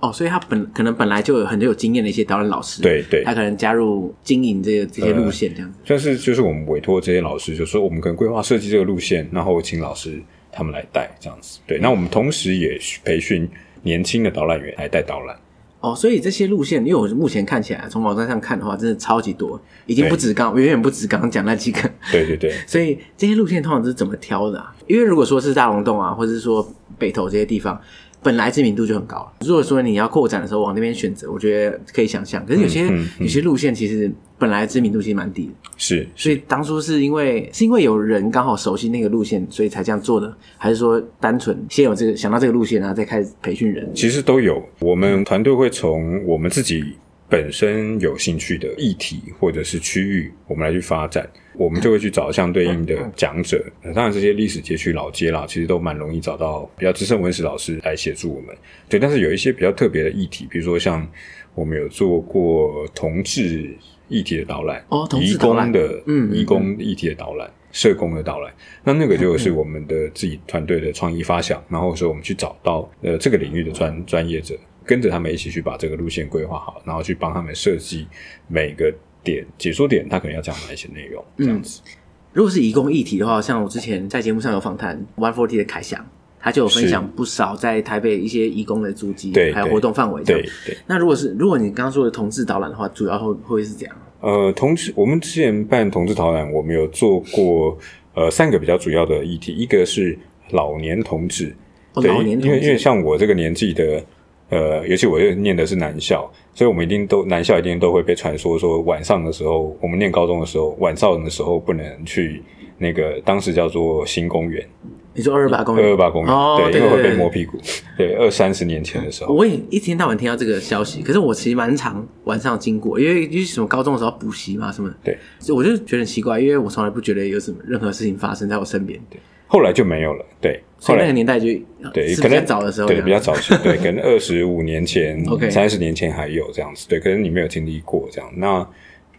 Speaker 1: 哦，所以他本可能本来就有很有经验的一些导览老师，，
Speaker 2: 对对，
Speaker 1: 他可能加入经营这个这些路线这样子。
Speaker 2: 但是就是我们委托这些老师，就说我们可能规划设计这个路线，然后请老师他们来带这样子。对，那我们同时也培训年轻的导览员来带导览。
Speaker 1: 哦，所以这些路线，因为我目前看起来，从网站上看的话，真的超级多，已经不止刚，远远不止刚刚讲那几个。
Speaker 2: 对对对，
Speaker 1: 所以这些路线通常是怎么挑的啊？因为如果说是大龙洞啊，或者是说北投这些地方，本来知名度就很高了。如果说你要扩展的时候往那边选择，我觉得可以想象。可是有些、
Speaker 2: 嗯嗯嗯
Speaker 1: 有些路线其实本来知名度其实蛮低的，
Speaker 2: 是
Speaker 1: 所以当初是因为是因为有人刚好熟悉那个路线，所以才这样做的，还是说单纯先有这个想到这个路线，然后再开始培训人？
Speaker 2: 其实都有。我们团队会从我们自己本身有兴趣的议题或者是区域，我们来去发展。我们就会去找相对应的讲者，呃当然这些历史街区老街啦，其实都蛮容易找到比较资深文史老师来协助我们。对，但是有一些比较特别的议题，比如说像我们有做过同志议题的导览，
Speaker 1: 哦同
Speaker 2: 移
Speaker 1: 志导览
Speaker 2: 工的，
Speaker 1: 嗯嗯
Speaker 2: 移工议题的导览，社工的导览，那那个就是我们的自己团队的创意发想，然后说我们去找到呃这个领域的专专业者，跟着他们一起去把这个路线规划好，然后去帮他们设计每个点解说点，他可能要讲哪一些内容，这样子。
Speaker 1: 如果嗯是移工议题的话，像我之前在节目上有访谈 One Forty 的凯翔，他就有分享不少在台北一些移工的足迹，
Speaker 2: 对
Speaker 1: 还有活动范围这样
Speaker 2: 对。对，
Speaker 1: 那如果是如果你刚刚说的同志导览的话，主要会会不会是这样？
Speaker 2: 呃，同时我们之前办同志导览，我们有做过呃三个比较主要的议题，一个是老年同志，
Speaker 1: 哦，
Speaker 2: 对，
Speaker 1: 老年
Speaker 2: 因为
Speaker 1: 同
Speaker 2: 因为
Speaker 1: 志
Speaker 2: 像我这个年纪的，呃，尤其我又念的是男校，所以我们一定都男校一定都会被传说说晚上的时候，我们念高中的时候，晚上的时候不能去那个当时叫做新公园
Speaker 1: 你说二二八公
Speaker 2: 二
Speaker 1: 园
Speaker 2: 二，八公园，
Speaker 1: 哦对
Speaker 2: 因为会
Speaker 1: 对哦
Speaker 2: 被
Speaker 1: 对
Speaker 2: 摸屁股，对，二三十年前的时候，
Speaker 1: 我也一天到晚听到这个消息，可是我其实蛮常晚上经过，因为因为什么高中的时候补习嘛什么的，
Speaker 2: 对，
Speaker 1: 所以我就觉得很奇怪，因为我从来不觉得有什么任何事情发生在我身边，
Speaker 2: 后来就没有了，对，
Speaker 1: 所
Speaker 2: 后
Speaker 1: 以那个
Speaker 2: 来。
Speaker 1: 年代就
Speaker 2: 对，
Speaker 1: 是
Speaker 2: 可
Speaker 1: 比较
Speaker 2: 能
Speaker 1: 早啊的时候这
Speaker 2: 对，
Speaker 1: 样，
Speaker 2: 比较早期，对，可能二十五年前
Speaker 1: OK、
Speaker 2: 三十年前还有这样子，对，可能你没有经历过这样。那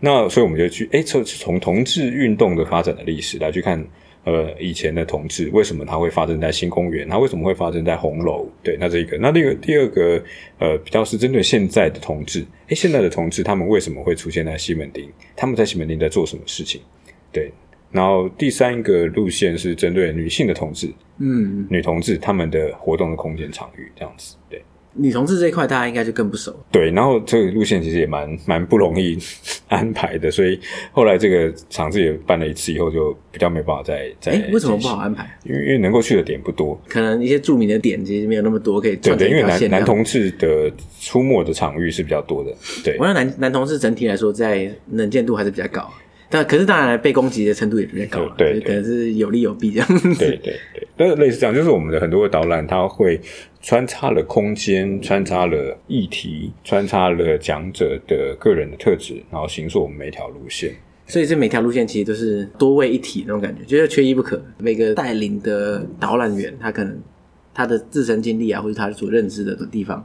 Speaker 2: 那所以我们就去，哎，从从同志运动的发展的历史来去看，呃，以前的同志为什么它会发生在新公园，它为什么会发生在红楼？对，那这一个，那另一个第二个，呃，比较是针对现在的同志，哎，现在的同志他们为什么会出现在西门町？他们在西门町在做什么事情？对。然后第三个路线是针对女性的同志，
Speaker 1: 嗯。
Speaker 2: 女同志她们的活动的空间场域这样子，对
Speaker 1: 女同志这一块大家应该就更不熟。
Speaker 2: 对。然后这个路线其实也蛮蛮不容易安排的，所以后来这个场子也办了一次以后，就比较没办法再再。
Speaker 1: 哎、为什么不好？安排？
Speaker 2: 因为因为能够去的点不多，
Speaker 1: 可能一些著名的点其实没有那么多可以
Speaker 2: 对
Speaker 1: 串成
Speaker 2: 对，
Speaker 1: 一
Speaker 2: 因为
Speaker 1: 条线
Speaker 2: 男
Speaker 1: 这样
Speaker 2: 男，同志的出没的场域是比较多的，对
Speaker 1: 我。觉得男男同志整体来说在能见度还是比较高，但可是当然被攻击的程度也比较高了，
Speaker 2: 对对
Speaker 1: 就是可能是有利有弊这样子。
Speaker 2: 对对对，但是类似这样，就是我们的很多的导览，它会穿插了空间，穿插了议题，穿插了讲者的个人的特质，然后形塑我们每一条路线。
Speaker 1: 所以这每条路线其实都是多位一体那种感觉，就是缺一不可。每个带领的导览员，他可能他的自身经历啊，或者他所认知的地方，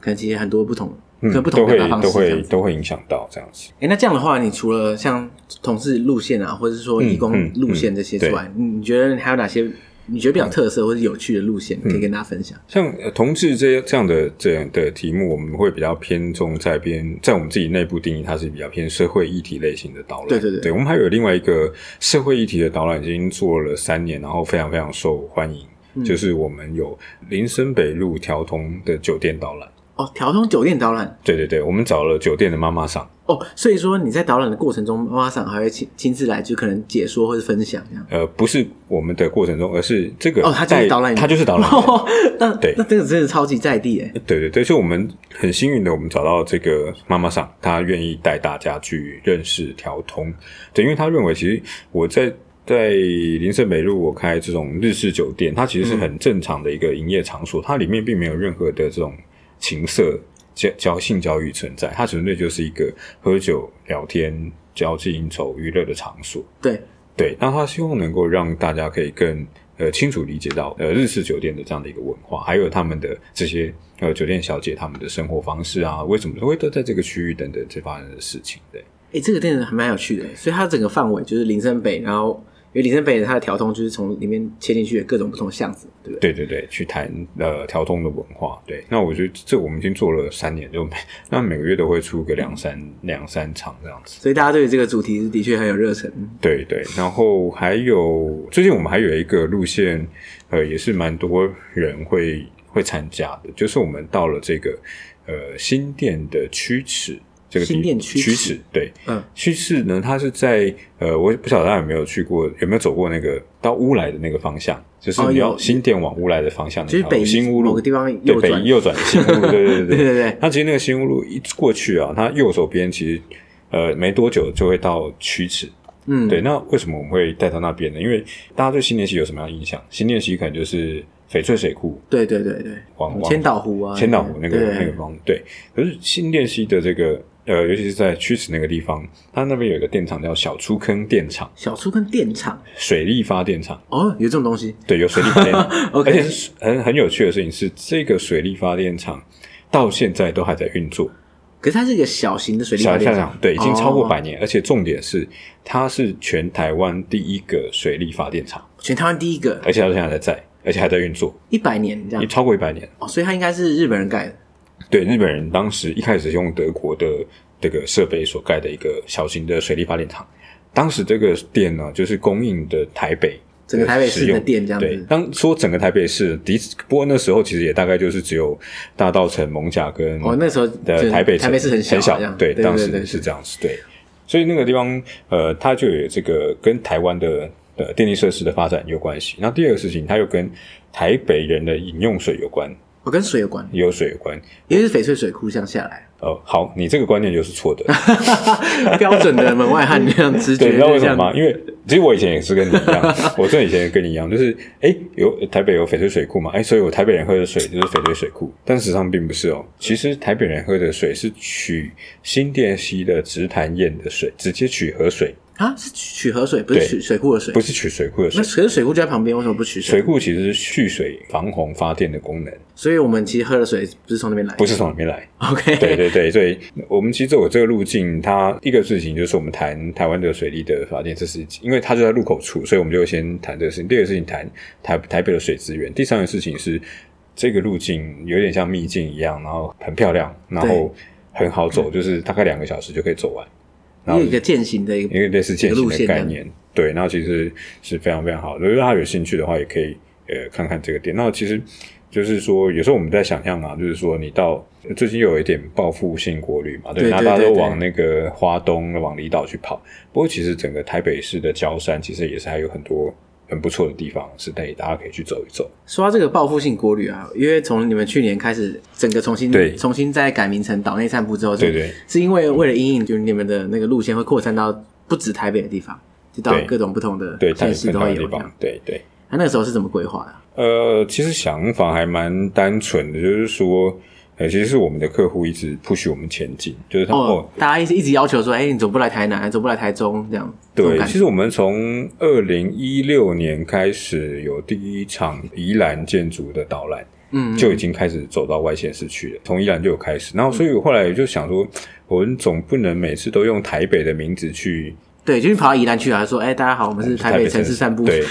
Speaker 1: 可能其实很多不同，可能不同
Speaker 2: 都
Speaker 1: 表
Speaker 2: 会
Speaker 1: 达方式
Speaker 2: 嗯都
Speaker 1: 这样
Speaker 2: 会
Speaker 1: 子。
Speaker 2: 都会影响到这样子。
Speaker 1: 哎、那这样的话，你除了像同事路线啊，或者是说义工
Speaker 2: 嗯
Speaker 1: 路线这些之外，你你觉得还有哪些你觉得比较有特色或者有趣的路线
Speaker 2: 嗯
Speaker 1: 可以跟大家分享？
Speaker 2: 像呃同志这这样的这样的题目，我们会比较偏重在边，在我们自己内部定义，它是比较偏社会议题类型的导览。
Speaker 1: 对对对
Speaker 2: 我们还有另外一个社会议题的导览，已经做了三年，然后非常非常受欢迎。
Speaker 1: 嗯
Speaker 2: 就是我们有林森北路调通的酒店导览。
Speaker 1: 哦，调通酒店导览
Speaker 2: 对对对，我们找了酒店的妈妈上，
Speaker 1: 哦，所以说你在导览的过程中，妈妈桑还会亲亲自来，就可能解说或者分享这样。
Speaker 2: 呃，不是我们的过程中，而是这个
Speaker 1: 哦，他就是
Speaker 2: 带
Speaker 1: 导览员，
Speaker 2: 他就是导览员。
Speaker 1: 哦 那
Speaker 2: 对
Speaker 1: 那这个真的超级在地哎，
Speaker 2: 对对对，所以我们很幸运的，我们找到这个妈妈桑，她愿意带大家去认识调通。对，因为她认为其实我在在林森北路我开这种日式酒店，它其实是很正常的一个营业场所，它里面并没有任何的这种情色、交交性交易存在，它纯粹就是一个喝酒、聊天、交际应酬、娱乐的场所。
Speaker 1: 对，
Speaker 2: 对，那他希望能够让大家可以更呃清楚理解到呃日式酒店的这样的一个文化，还有他们的这些呃酒店小姐他们的生活方式啊，为什么会都在这个区域等等这发生的事情对，
Speaker 1: 哎，这个店还蛮有趣的，所以它整个范围就是林森北，然后因为林森北它的调通就是从里面切进去的各种不同巷子，对不对？
Speaker 2: 对对对，去谈呃调通的文化。对，那我觉得这我们已经做了三年，就每那每个月都会出个两三两三场这样子。
Speaker 1: 所以大家对于这个主题是的确很有热忱。
Speaker 2: 对对，然后还有呃最近我们还有一个路线，呃，也是蛮多人会会参加的，就是我们到了这个呃新店的曲池这个地
Speaker 1: 新店曲池
Speaker 2: 曲池，对，
Speaker 1: 嗯，
Speaker 2: 曲池呢，它是在呃，我不晓得大家有没有去过，有没有走过那个到乌来的那个方向，就是
Speaker 1: 哦
Speaker 2: 你
Speaker 1: 有
Speaker 2: 要新店往乌来的方向那
Speaker 1: 就
Speaker 2: 条
Speaker 1: 是
Speaker 2: 路，
Speaker 1: 北
Speaker 2: 新乌
Speaker 1: 某
Speaker 2: 路
Speaker 1: 个地方
Speaker 2: 对
Speaker 1: 右
Speaker 2: 北
Speaker 1: 转，
Speaker 2: 右转新乌 路，对对对
Speaker 1: 对对对，
Speaker 2: 那其实那个新屋路一过去啊，它右手边其实呃没多久就会到曲池。
Speaker 1: 嗯，
Speaker 2: 对，那为什么我们会带到那边呢？因为大家对新店溪有什么样的印象？新店溪可能就是翡翠水库、
Speaker 1: 对对对对，
Speaker 2: 往往
Speaker 1: 千岛湖啊，
Speaker 2: 千岛湖那个
Speaker 1: 对
Speaker 2: 那个方对。可是新店溪的这个呃，尤其是在曲池那个地方，它那边有一个电厂叫小出坑电厂，
Speaker 1: 小树跟电厂
Speaker 2: 水力发电厂。
Speaker 1: 哦，有这种东西，
Speaker 2: 对，有水力 发电厂
Speaker 1: OK
Speaker 2: 而且是很很有趣的事情是，这个水力发电厂到现在都还在运作。
Speaker 1: 可是它是一个小型的水力
Speaker 2: 小
Speaker 1: 发电
Speaker 2: 下
Speaker 1: 厂
Speaker 2: 场，对，已经超过
Speaker 1: 哦
Speaker 2: 百年，而且重点是它是全台湾第一个水力发电厂，
Speaker 1: 全台湾第一个，
Speaker 2: 而且它现在还在，而且还在运作，
Speaker 1: 一百年这
Speaker 2: 已
Speaker 1: 样，
Speaker 2: 超过一百年。
Speaker 1: 哦，所以它应该是日本人盖的。
Speaker 2: 对，日本人当时一开始用德国的这个设备所盖的一个小型的水力发电厂，当时这个电呢，就是供应的台北。
Speaker 1: 整个台北市的
Speaker 2: 使用
Speaker 1: 电这样子
Speaker 2: 对，当说整个台北市，的不过那时候其实也大概就是只有大道城、蒙甲跟
Speaker 1: 哦，那时候
Speaker 2: 的
Speaker 1: 就
Speaker 2: 台北
Speaker 1: 台北市很
Speaker 2: 很
Speaker 1: 小啊，
Speaker 2: 小
Speaker 1: 这样，
Speaker 2: 对，
Speaker 1: 对
Speaker 2: 当
Speaker 1: 对
Speaker 2: 时
Speaker 1: 对
Speaker 2: 是这样子，对，所以那个地方呃，它就有这个跟台湾的呃电力设施的发展有关系。那第二个事情，它又跟台北人的饮用水有关，
Speaker 1: 哦，跟水有关，
Speaker 2: 也有水有关。
Speaker 1: 尤其是翡翠水库这样下来，
Speaker 2: 呃，好，你这个观念就是错 的，
Speaker 1: 标准的门外汉这样直
Speaker 2: 对，
Speaker 1: 觉，
Speaker 2: 你知道为什么
Speaker 1: 就
Speaker 2: 吗？因为其实我以前也是跟你一样， 我真的以前也跟你一样，就是哎、有台北有翡翠水库嘛，哎、所以我台北人喝的水就是翟翠水库，但实际上并不是哦。其实台北人喝的水是取新店溪的直潭堰的水，直接取河水，
Speaker 1: 这样啊？是取取河水，不是
Speaker 2: 对
Speaker 1: 取水库的水
Speaker 2: 不。是取水库的
Speaker 1: 那
Speaker 2: 水。
Speaker 1: 可是水库就在旁边，为什么不取
Speaker 2: 水
Speaker 1: 水？
Speaker 2: 库其实是蓄水、防洪、发电的功能，
Speaker 1: 所以我们其实喝的水不是从那边来的，
Speaker 2: 不是从里面来。
Speaker 1: OK，
Speaker 2: 对对对，所以我们其实走这个路径，它一个事情就是我们谈台湾的水利的发电，这是因为它就在入口处，所以我们就先谈这个事情。第二个事情谈台台北的水资源，第三个事情是这个路径有点像秘境一样，然后很漂亮，然后很好走，就是大概两个小时就可以走完。然
Speaker 1: 有
Speaker 2: 后
Speaker 1: 一个践行的一
Speaker 2: 因为
Speaker 1: 个，
Speaker 2: 类似践行的概
Speaker 1: 一个路
Speaker 2: 念，对，然后其实是非常非常好的。如果大家有兴趣的话，也可以呃看看这个店。那其实就是说，有时候我们在想象啊，就是说你到最近又有一点报复性国旅嘛，
Speaker 1: 对对
Speaker 2: 那大家
Speaker 1: 对
Speaker 2: 都
Speaker 1: 对
Speaker 2: 往那个花东、往离岛去跑。不过其实整个台北市的郊山，其实也是还有很多很不错的地方，是带大家可以去走一走。
Speaker 1: 说到这个报复性国旅啊，因为从你们去年开始，整个重新
Speaker 2: 对
Speaker 1: 重新再改名成岛内散步之后，就
Speaker 2: 对对
Speaker 1: 是因为为了因应，就是你们的那个路线会扩散到不止台北的地方，就到
Speaker 2: 对
Speaker 1: 各种不同的
Speaker 2: 对，
Speaker 1: 县
Speaker 2: 台北
Speaker 1: 市
Speaker 2: 很
Speaker 1: 都
Speaker 2: 大
Speaker 1: 会
Speaker 2: 的
Speaker 1: 有
Speaker 2: 地
Speaker 1: 这样
Speaker 2: 方。，对对。
Speaker 1: 他那个时候是怎么规划的啊？
Speaker 2: 呃，其实想法还蛮单纯的，就是说，呃，其实是我们的客户一直 push 我们前进，就是他哦
Speaker 1: 哦，大家一直一直要求说，哎、你怎么不来台南？怎么不来台中？这样，这种
Speaker 2: 对，
Speaker 1: 感
Speaker 2: 其
Speaker 1: 觉
Speaker 2: 实我们从二零一六年开始有第一场宜兰建筑的导览，
Speaker 1: 嗯，
Speaker 2: 就已经开始走到外县市去了，从宜兰就有开始。然后，所以我后来我就想说，我们总不能每次都用台北的名字去，
Speaker 1: 对，就是跑到宜兰去啊，说，哎、大家好，我们是台北城市散步，
Speaker 2: 对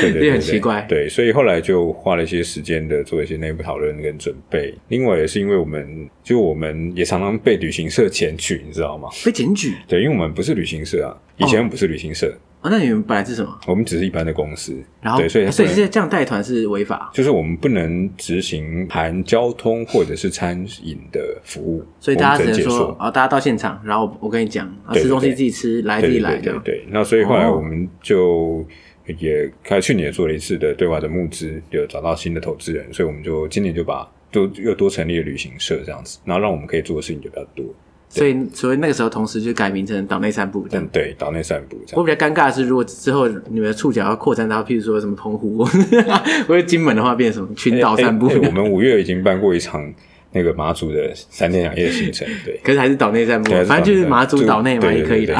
Speaker 2: 对对对
Speaker 1: 这
Speaker 2: 对，
Speaker 1: 很奇怪。
Speaker 2: 对，所以后来就花了一些时间的做一些内部讨论跟准备。另外也是因为我们，就我们也常常被旅行社检举，你知道吗？
Speaker 1: 被检举，
Speaker 2: 对，因为我们不是旅行社啊，以前我们不是旅行社，
Speaker 1: 哦，那你们本来是什么？
Speaker 2: 我们只是一般的公司，
Speaker 1: 然后
Speaker 2: 对，所以
Speaker 1: 哎
Speaker 2: 它
Speaker 1: 所以
Speaker 2: 不能
Speaker 1: 是这样带团是违法，
Speaker 2: 就是我们不能执行含交通或者是餐饮的服务，
Speaker 1: 所以大
Speaker 2: 我
Speaker 1: 家
Speaker 2: 们
Speaker 1: 只能
Speaker 2: 能解
Speaker 1: 说
Speaker 2: 说。
Speaker 1: 啊，大家到现场，然后我跟你讲，啊，
Speaker 2: 对
Speaker 1: 吃东西
Speaker 2: 对
Speaker 1: 自己吃，来自
Speaker 2: 对
Speaker 1: 己
Speaker 2: 对
Speaker 1: 来
Speaker 2: 对
Speaker 1: 这
Speaker 2: 对
Speaker 1: 样。
Speaker 2: 对，那所以后来
Speaker 1: 哦
Speaker 2: 我们就也开去年也做了一次的对外的募资，有找到新的投资人，所以我们就今年就把就又多成立了旅行社这样子，然后让我们可以做的事情就比较多。
Speaker 1: 所以所以那个时候同时就改名成岛内散步这样
Speaker 2: 但。对岛内散步这
Speaker 1: 我
Speaker 2: 样，
Speaker 1: 比较尴尬的是，如果之后你们的触角要扩展到，譬如说什么澎湖， 或者金门的话，变成什么群岛散步，
Speaker 2: 哎哎 哎我们五月已经办过一场那个马祖的三天两夜行程，对。
Speaker 1: 可是还是岛内散步
Speaker 2: 对还，是
Speaker 1: 反正就是
Speaker 2: 岛内
Speaker 1: 马祖岛内嘛，
Speaker 2: 对
Speaker 1: 也可以的。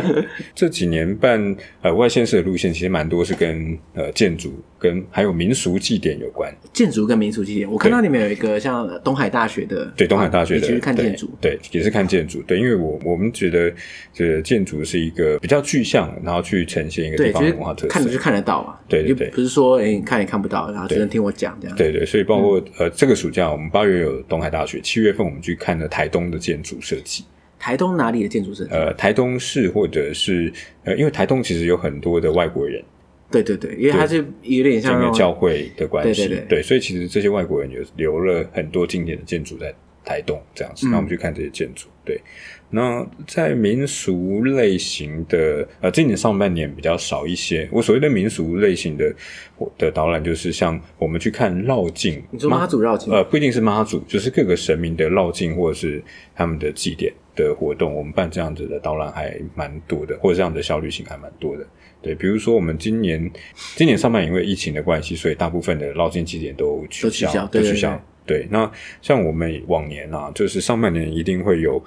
Speaker 2: 这几年办呃外县市的路线，其实蛮多是跟呃建筑跟还有民俗祭典有关。
Speaker 1: 建筑跟民俗祭典，我看到你们有一个像东海大学的，
Speaker 2: 对，东海大学
Speaker 1: 你
Speaker 2: 的
Speaker 1: 哦去看
Speaker 2: 对
Speaker 1: 建筑，
Speaker 2: 对，也是看建筑。对，因为我我们觉得这个建筑是一个比较具象，然后去呈现一个地
Speaker 1: 对，
Speaker 2: 方
Speaker 1: 就
Speaker 2: 的
Speaker 1: 是
Speaker 2: 文化特色
Speaker 1: 看。得就看得到嘛，
Speaker 2: 对对对
Speaker 1: 就不是说哎你看也看不到，然后只能听我讲这样。
Speaker 2: 对对，所以包括、呃，这个暑假我们八月有呃东海大学，七月份我们去看了台东的建筑设计。
Speaker 1: 台东哪里的建筑设计？
Speaker 2: 呃，台东市或者是呃，因为台东其实有很多的外国人，
Speaker 1: 对对对，因为它是有点像
Speaker 2: 因
Speaker 1: 那
Speaker 2: 为教
Speaker 1: 种，
Speaker 2: 会的关系，
Speaker 1: 对对对
Speaker 2: 所以其实这些外国人有留了很多经典的建筑在台东这样子，
Speaker 1: 嗯
Speaker 2: 那我们去看这些建筑，对。那在民俗类型的，呃，今年上半年比较少一些。我所谓的民俗类型的我的导览，就是像我们去看绕境，
Speaker 1: 你说妈祖绕境，
Speaker 2: 呃，不一定是妈祖，就是各个神明的绕境或者是他们的祭典的活动，我们办这样子的导览还蛮多的，或者这样的小旅行还蛮多的。对，比如说我们今年今年上半年因为疫情的关系，所以大部分的绕境祭典都取
Speaker 1: 都取
Speaker 2: 消，
Speaker 1: 消对对
Speaker 2: 取消。对，那像我们往年啊，就是上半年一定会有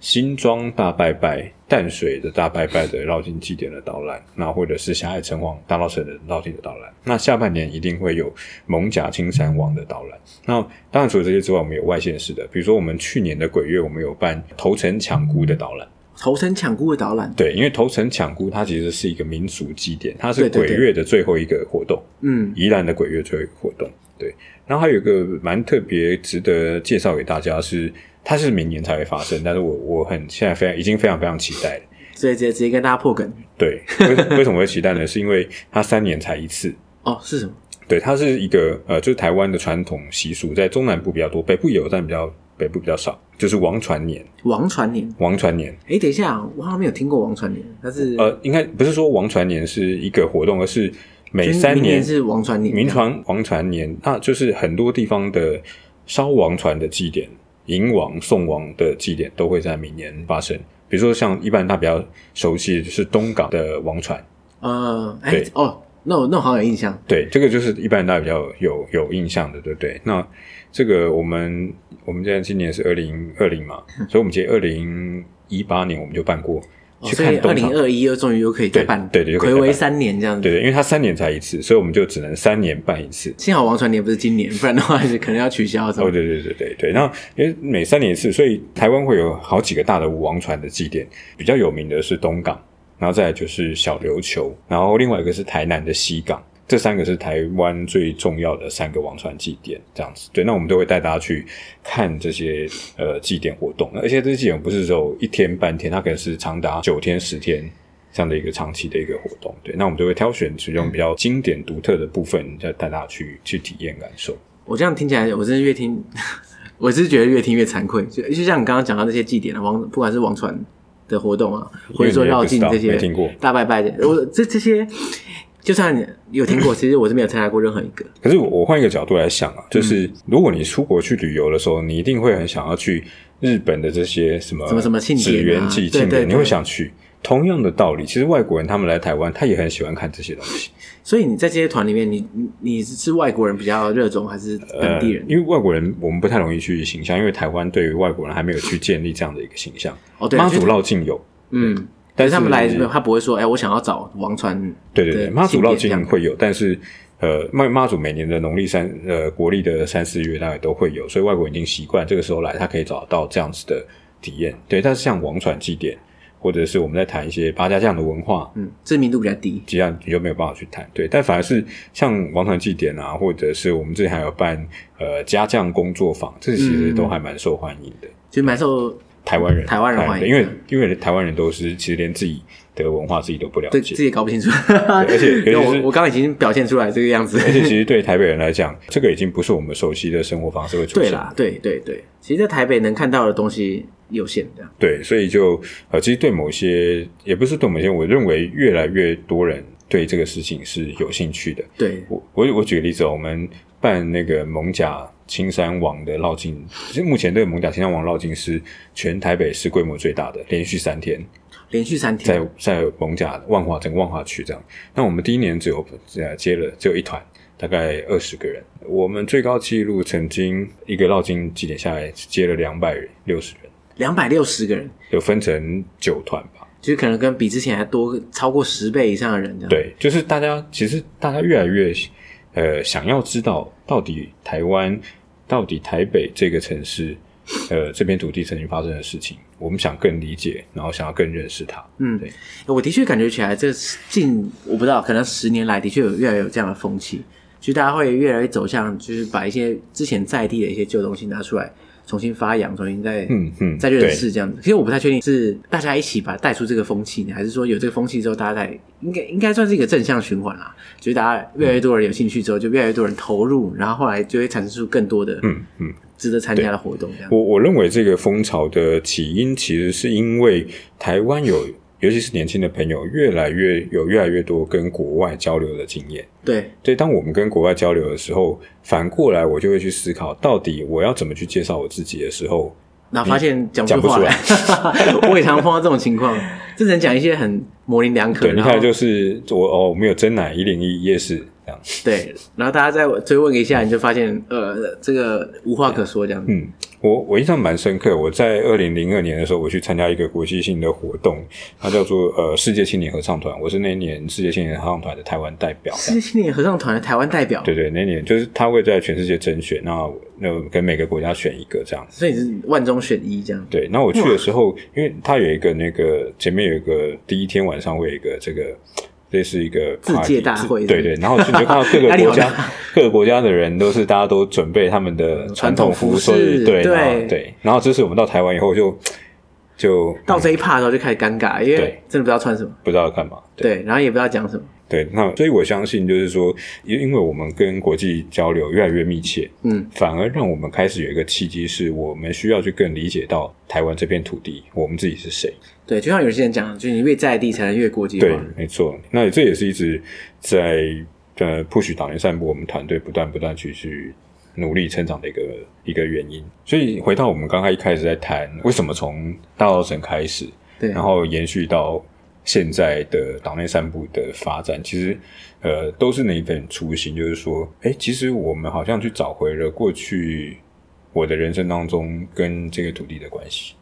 Speaker 2: 新庄大拜拜、淡水的大拜拜的绕境祭典的导览，那或者是狭隘城隍大稻城的绕境的导览。那下半年一定会有蒙甲青山王的导览。那当然除了这些之外，我们有外县市的，比如说我们去年的鬼月，我们有办头城抢姑的导览。
Speaker 1: 头城抢孤的导览，
Speaker 2: 对，因为头城抢姑它其实是一个民俗祭典，它是
Speaker 1: 对对
Speaker 2: 鬼
Speaker 1: 对
Speaker 2: 月的最后一个活动。
Speaker 1: 嗯，
Speaker 2: 宜兰的鬼月最后一个活动。对，然后还有一个蛮特别值得介绍给大家是，它是明年才会发生，但是我我很现在非常已经非常非常期待了。
Speaker 1: 所以直接直接跟大家破梗
Speaker 2: 对，为为什么 会期待呢？是因为它三年才一次。
Speaker 1: 哦，是什么？
Speaker 2: 对，它是一个呃，就是台湾的传统习俗，在中南部比较多，北部有，但比较北部比较少，就是王船年。
Speaker 1: 王传年，
Speaker 2: 王船年，
Speaker 1: 哎，等一下，我好像没有听过王传年，他是
Speaker 2: 呃，应该不是说王船年是一个活动，而是每
Speaker 1: 就是
Speaker 2: 三
Speaker 1: 明
Speaker 2: 年
Speaker 1: 是王传年，
Speaker 2: 民传王船年，那就是很多地方的烧王船的祭典、迎王、送王的祭典都会在明年发生。比如说，像一般大家比较熟悉的就是东港的王船，
Speaker 1: 呃，哎
Speaker 2: 对
Speaker 1: 哦，那我那我好像有印象，
Speaker 2: 对，这个就是一般大家比较有有印象的，对不对？那这个我们我们现在今年是二零二零嘛，
Speaker 1: 嗯
Speaker 2: 所以我们其实二零一八年我们就办过
Speaker 1: 哦
Speaker 2: 去
Speaker 1: 所
Speaker 2: 看
Speaker 1: 以二
Speaker 2: 东港
Speaker 1: 零二一又终于又可以再
Speaker 2: 对
Speaker 1: 办，
Speaker 2: 对对又可以
Speaker 1: 暌
Speaker 2: 再
Speaker 1: 违
Speaker 2: 办
Speaker 1: 三年这样子
Speaker 2: 对。对，因为它三年才一次，所以我们就只能三年办一次。
Speaker 1: 幸好王传年不是今年，不然的话是可能要取消什
Speaker 2: 哦，
Speaker 1: 么。
Speaker 2: 对对对对对，那因为每三年一次，所以台湾会有好几个大的武王船的祭典，比较有名的是东港，然后再来就是小琉球，然后另外一个是台南的西港，这三个是台湾最重要的三个王船祭典，这样子。对，那我们都会带大家去看这些呃祭典活动，而且这些祭典不是只有一天半天，它可能是长达九天十天。这样的一个长期的一个活动，对，那我们就会挑选其中比较经典独特的部分，再带大家去去体验感受。
Speaker 1: 我这样听起来，我真是越听， 我是觉得越听越惭愧。就就像你刚刚讲到那些祭典啊，王不管是王传的活动啊，或者说绕境
Speaker 2: 因为你
Speaker 1: 这
Speaker 2: 也不知道没听
Speaker 1: 些
Speaker 2: 过，
Speaker 1: 大拜拜的，我这这些，就算你有 听过，其实我是没有参加过任何一个。
Speaker 2: 可是我我换一个角度来想啊，
Speaker 1: 嗯
Speaker 2: 就是如果你出国去旅游的时候，你一定会很想要去日本的这些什么
Speaker 1: 什么什么庆典啊
Speaker 2: 纸鸢祭
Speaker 1: 对
Speaker 2: 庆
Speaker 1: 对
Speaker 2: 典，
Speaker 1: 对
Speaker 2: 你会想去。同样的道理，其实外国人他们来台湾，他也很喜欢看这些东西。
Speaker 1: 所以你在这些团里面，你你你是外国人比较热衷，还是本地人？
Speaker 2: 呃因为外国人我们不太容易去形象，因为台湾对于外国人还没有去建立这样的一个形象。
Speaker 1: 哦，对，
Speaker 2: 呃妈
Speaker 1: 就
Speaker 2: 祖
Speaker 1: 是
Speaker 2: 绕境有，
Speaker 1: 嗯，但
Speaker 2: 但是
Speaker 1: 是他们来没有，他不会说，哎，我想要找王传的
Speaker 2: 对对对，妈祖
Speaker 1: 庆
Speaker 2: 绕
Speaker 1: 典这样
Speaker 2: 境会有，但是呃，妈妈祖每年的农历三呃国历的三四月大概都会有，所以外国人已经习惯这个时候来，他可以找到这样子的体验。对，但是像王传祭典，或者是我们在谈一些八家将的文化，
Speaker 1: 嗯，知名度比较低。
Speaker 2: 这样你就没有办法去谈。对，但反而是像王传祭典啊，或者是我们之前还有办呃家将工作坊，这其实都还蛮受欢迎的。
Speaker 1: 就蛮受
Speaker 2: 台湾人，
Speaker 1: 嗯台湾人欢迎
Speaker 2: 对因为因为台湾人都是其实连自己的文化自己都不了
Speaker 1: 对
Speaker 2: 解
Speaker 1: 自，己也搞不清楚。
Speaker 2: 而且尤其 是
Speaker 1: 因为我我刚刚已经表现出来这个样子。
Speaker 2: 而且其实对台北人来讲，这个已经不是我们熟悉的生活方式会出
Speaker 1: 对
Speaker 2: 现。
Speaker 1: 啦，对对对，其实，在台北能看到的东西有限，这样
Speaker 2: 对，所以就呃，其实对某些也不是对某些，我认为越来越多人对这个事情是有兴趣的。
Speaker 1: 对
Speaker 2: 我我我举个例子哦，我们办那个蒙甲青山王的绕境，其实目前这个蒙甲青山王绕境是全台北市规模最大的，连续三天
Speaker 1: 连续三
Speaker 2: 在
Speaker 1: 天，
Speaker 2: 在蒙甲万华整个万华区这样。那我们第一年只有呃接了只有一团，大概二十个人。我们最高纪录曾经一个绕境祭点下来接了两百六十人，
Speaker 1: 两百六十个人，
Speaker 2: 有分成九团吧。
Speaker 1: 就是可能跟比之前还多超过十倍以上的人这样。，
Speaker 2: 对，就是大家其实大家越来越呃想要知道到底台湾到底台北这个城市呃这片土地曾经发生的事情，我们想更理解，然后想要更认识它。
Speaker 1: 嗯
Speaker 2: 对，
Speaker 1: 我的确感觉起来，这近我不知道，可能十年来的确有越来越有这样的风气，就是大家会越来越走向，就是把一些之前在地的一些旧东西拿出来重新发扬，重新再
Speaker 2: 嗯嗯，
Speaker 1: 再
Speaker 2: 对
Speaker 1: 认识这样子。其实我不太确定是大家一起把它带出这个风气呢，还是说有这个风气之后，大家在应该应该算是一个正向循环啦。就是大家越来越多人有兴趣之后，就越来越多人投入，然后后来就会产生出更多的
Speaker 2: 嗯嗯。
Speaker 1: 值得参加的活动这样。
Speaker 2: 我我认为这个风潮的起因，其实是因为台湾有，尤其是年轻的朋友，越来越有越来越多跟国外交流的经验。
Speaker 1: 对
Speaker 2: 对，当我们跟国外交流的时候，反过来我就会去思考，到底我要怎么去介绍我自己的时候，
Speaker 1: 然后发现讲
Speaker 2: 嗯讲
Speaker 1: 不
Speaker 2: 不
Speaker 1: 出话
Speaker 2: 出
Speaker 1: 来， 我也常碰到这种情况，就只能讲一些很模棱两可，
Speaker 2: 对，你
Speaker 1: 然
Speaker 2: 看
Speaker 1: 后
Speaker 2: 就是我哦，我们有真奶一零一夜市这样，
Speaker 1: 对，然后大家再追问一下，你就发现呃，这个无话可说这样子。
Speaker 2: 嗯，我我印象蛮深刻。我在二零零二年的时候，我去参加一个国际性的活动，它叫做呃世界青年合唱团，我是那一年世界青年合唱团的台湾代表。
Speaker 1: 世界青年合唱团的台湾代表，
Speaker 2: 对对，那一年就是他会在全世界甄选，那那跟每个国家选一个这样。
Speaker 1: 所以是万中选一这样。
Speaker 2: 对，那我去的时候，因为它有一个那个前面有一个第一天晚上会有一个这个类似一个
Speaker 1: 自
Speaker 2: party，
Speaker 1: 介大会是不
Speaker 2: 自对
Speaker 1: 是
Speaker 2: 对，然后你就看到各个
Speaker 1: 压力好
Speaker 2: 国家
Speaker 1: 大
Speaker 2: 各个国家的人都是大家都准备他们的传统服
Speaker 1: 传统服饰
Speaker 2: 对然后
Speaker 1: 对
Speaker 2: 对，然后这次我们到台湾以后就就
Speaker 1: 到这一趴的时候就开始尴尬，因为
Speaker 2: 对
Speaker 1: 真的不知道穿什么，
Speaker 2: 不知道干嘛，
Speaker 1: 对，然后也不知道讲什么，
Speaker 2: 对，那所以我相信，就是说，因因为我们跟国际交流越来越密切，
Speaker 1: 嗯，
Speaker 2: 反而让我们开始有一个契机，是我们需要去更理解到台湾这片土地，我们自己是谁。
Speaker 1: 对，就像有些人讲的，就是你越在地才能越国际化
Speaker 2: 对，，没错。那这也是一直在呃 push 党员散步，我们团队不断不断去去努力成长的一个一个原因。所以回到我们刚刚一开始在谈，为什么从大稻城开始，
Speaker 1: 对，
Speaker 2: 然后延续到现在的党内散步的发展，其实呃都是那一份初心，就是说，哎，其实我们好像去找回了过去我的人生当中跟这个土地的关系，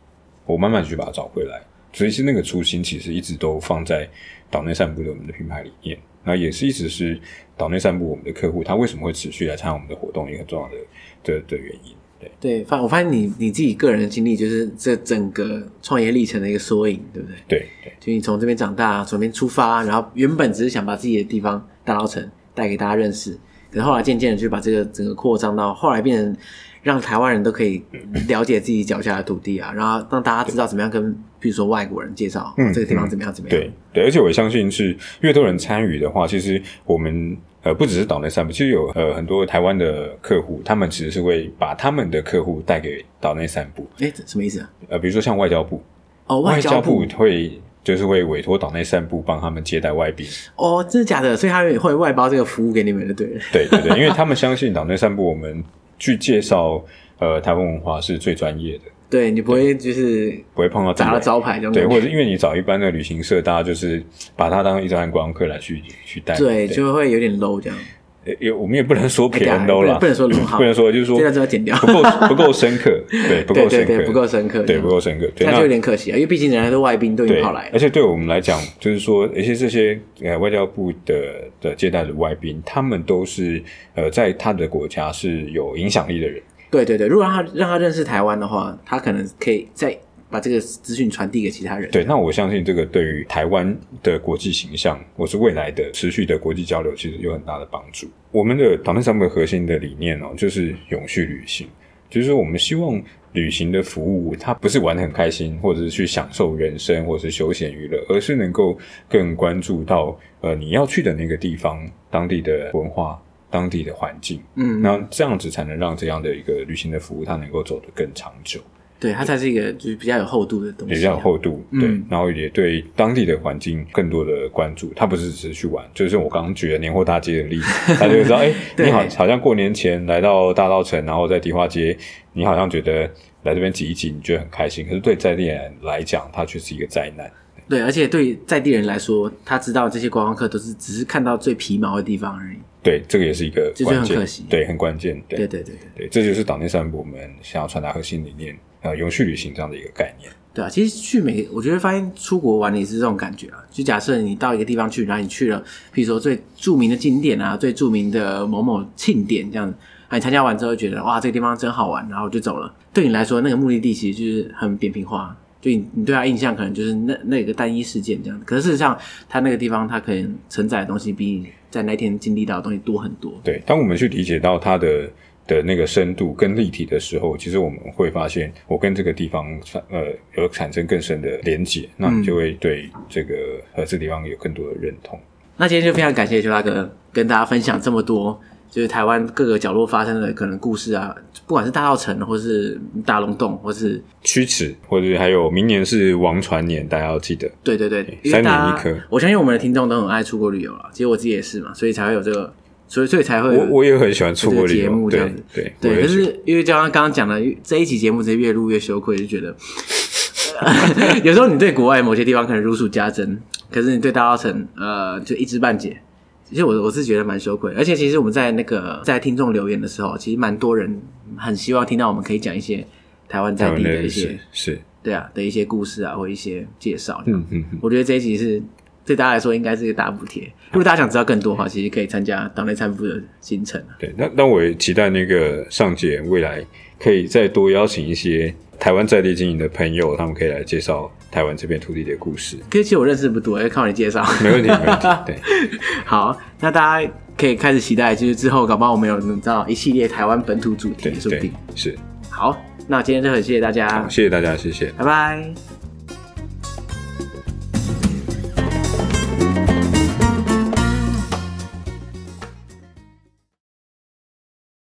Speaker 2: 我慢慢去把它找回来。所以是那个初心，其实一直都放在岛内散步的我们的品牌里面，然后也是一直是岛内散步我们的客户，他为什么会持续来参加我们的活动，一个很重要的的的原因。对，
Speaker 1: 对，发我发现你你自己个人的经历，就是这整个创业历程的一个缩影，对不对？
Speaker 2: 对，对，
Speaker 1: 就你从这边长大，从这边出发，然后原本只是想把自己的地方大稻城带给大家认识，可是后来渐渐的就把这个整个扩张到后来变成让台湾人都可以了解自己脚下的土地啊，然后让大家知道怎么样跟，比如说外国人介绍、
Speaker 2: 嗯
Speaker 1: 这个地方
Speaker 2: 嗯
Speaker 1: 怎么样怎么样，
Speaker 2: 对对，而且我相信是越多人参与的话，其实我们呃不只是岛内散步，其实有呃很多台湾的客户，他们其实是会把他们的客户带给岛内散步，
Speaker 1: 哎，这什么意思啊？
Speaker 2: 呃，比如说像外交部，
Speaker 1: 哦，
Speaker 2: 外
Speaker 1: 交
Speaker 2: 部会就是会委托岛内散步帮他们接待外宾，
Speaker 1: 哦，真的假的？所以他们也会外包这个服务给你们的，对 了。
Speaker 2: 对对对，因为他们相信岛内散步，我们去介绍呃台湾文化是最专业的，
Speaker 1: 对你不会就是
Speaker 2: 不会碰到地雷
Speaker 1: 砸了招牌这样子
Speaker 2: 对，或者是因为你找一般的旅行社，大家就是把它当一张观光客来去去带，
Speaker 1: 对，就会有点 low 这样。
Speaker 2: 也也我们也不能说别
Speaker 1: 对啊
Speaker 2: 人 low 啦，
Speaker 1: 不能不能说 low，好
Speaker 2: 不能说就是说
Speaker 1: 这段就要剪掉
Speaker 2: 不够不够深刻， 对，不
Speaker 1: 对
Speaker 2: 够
Speaker 1: 对
Speaker 2: 深刻，
Speaker 1: 对，不够深刻，
Speaker 2: 对，不够深刻，对，
Speaker 1: 那就有
Speaker 2: 那
Speaker 1: 点可惜啊，因为毕竟人家都外宾都已经
Speaker 2: 对
Speaker 1: 跑来，
Speaker 2: 而
Speaker 1: 了，
Speaker 2: 且对我们来讲，就是说，而且这些呃外交部的的接待的外宾，他们都是呃在他的国家是有影响力的人，
Speaker 1: 对对对。如果让他让他认识台湾的话，他可能可以再把这个资讯传递给其他人。
Speaker 2: 对，那我相信这个对于台湾的国际形象，或是未来的持续的国际交流，其实有很大的帮助。我们的党内三部核心的理念哦，就是永续旅行。就是说我们希望旅行的服务，它不是玩的很开心，或者是去享受人生，或者是休闲娱乐，而是能够更关注到呃你要去的那个地方当地的文化、当地的环境，
Speaker 1: 嗯，
Speaker 2: 那这样子才能让这样的一个旅行的服务，它能够走得更长久。
Speaker 1: 对，它才是一个就是比较有厚度的东西、啊，
Speaker 2: 也比较有厚度，对，
Speaker 1: 嗯
Speaker 2: 然后也对当地的环境更多的关注。他不是只是去玩，就是我刚刚举的年货大街的例子，他就知道，哎、
Speaker 1: 对
Speaker 2: 你好，好像过年前来到大稻城，然后在迪化街，你好像觉得来这边挤一挤，你觉得很开心，可是对在地人来讲，它却是一个灾难。
Speaker 1: 对，而且对在地人来说，他知道这些观光客都是只是看到最皮毛的地方而已。
Speaker 2: 对，这个也是一个
Speaker 1: 这就
Speaker 2: 关
Speaker 1: 很
Speaker 2: 键，
Speaker 1: 可惜
Speaker 2: 对，很关键，对，
Speaker 1: 对对对对
Speaker 2: 对这就是岛内散步我们想要传达核心理念，呃，永续旅行这样的一个概念。
Speaker 1: 对啊，其实去美，我觉得发现出国玩也是这种感觉啊。就假设你到一个地方去，然后你去了，比如说最著名的景点啊，最著名的某某庆典这样子，啊，你参加完之后觉得哇，这个地方真好玩，然后就走了。对你来说，那个目的地其实就是很扁平化，啊就你你对它印象可能就是那那个单一事件这样子。可是事实上，它那个地方它可能承载的东西比你在那天经历到的东西多很多。
Speaker 2: 对，当我们去理解到它的的那个深度跟立体的时候，其实我们会发现，我跟这个地方呃有产生更深的连结，那你就会对这个呃这地方有更多的认同。
Speaker 1: 那今天就非常感谢邱大哥跟大家分享这么多，就是台湾各个角落发生的可能故事啊，不管是大稻城，或是大龙洞，或是
Speaker 2: 曲尺，或者是还有明年是王传年，大家要记得。
Speaker 1: 对对对，因为
Speaker 2: 三年
Speaker 1: 大家
Speaker 2: 一颗
Speaker 1: 我相信我们的听众都很爱出国旅游啊了，其实我自己也是嘛，所以才会有这个，所以所以才会有
Speaker 2: 我我也很喜欢出国旅
Speaker 1: 啊这个节
Speaker 2: 游，
Speaker 1: 目这
Speaker 2: 对
Speaker 1: 样子
Speaker 2: 对我
Speaker 1: 对，
Speaker 2: 也
Speaker 1: 可
Speaker 2: 喜欢
Speaker 1: 是因为就像刚刚讲的，这一期节目直接越录越羞愧，就觉得 有时候你对国外某些地方可能如数家珍，可是你对大稻城呃就一知半解。其实我我是觉得蛮羞愧，而且其实我们在那个在听众留言的时候，其实蛮多人很希望听到我们可以讲一些台湾
Speaker 2: 台
Speaker 1: 在
Speaker 2: 湾
Speaker 1: 地
Speaker 2: 的
Speaker 1: 的一
Speaker 2: 历
Speaker 1: 些
Speaker 2: 史是，
Speaker 1: 对啊的一些故事啊，或一些介绍。啊
Speaker 2: 嗯嗯嗯，
Speaker 1: 我觉得这一集是对大家来说应该是一个大补贴。如果大家想知道更多的话，其实可以参加岛内参部的行程啊。
Speaker 2: 对。那那我也期待那个上届未来可以再多邀请一些台湾在地经营的朋友，他们可以来介绍台湾这片土地的故事。
Speaker 1: 可是其实我认识不多，要靠你介绍。
Speaker 2: 没问题，没 问题。对，
Speaker 1: 好，那大家可以开始期待，就是之后搞不好我们有你知道一系列台湾本土主题
Speaker 2: 对
Speaker 1: 也说不
Speaker 2: 对
Speaker 1: 定。
Speaker 2: 是，
Speaker 1: 好，那今天就很谢谢大家
Speaker 2: 好，，谢谢大家，谢谢。
Speaker 1: 拜拜。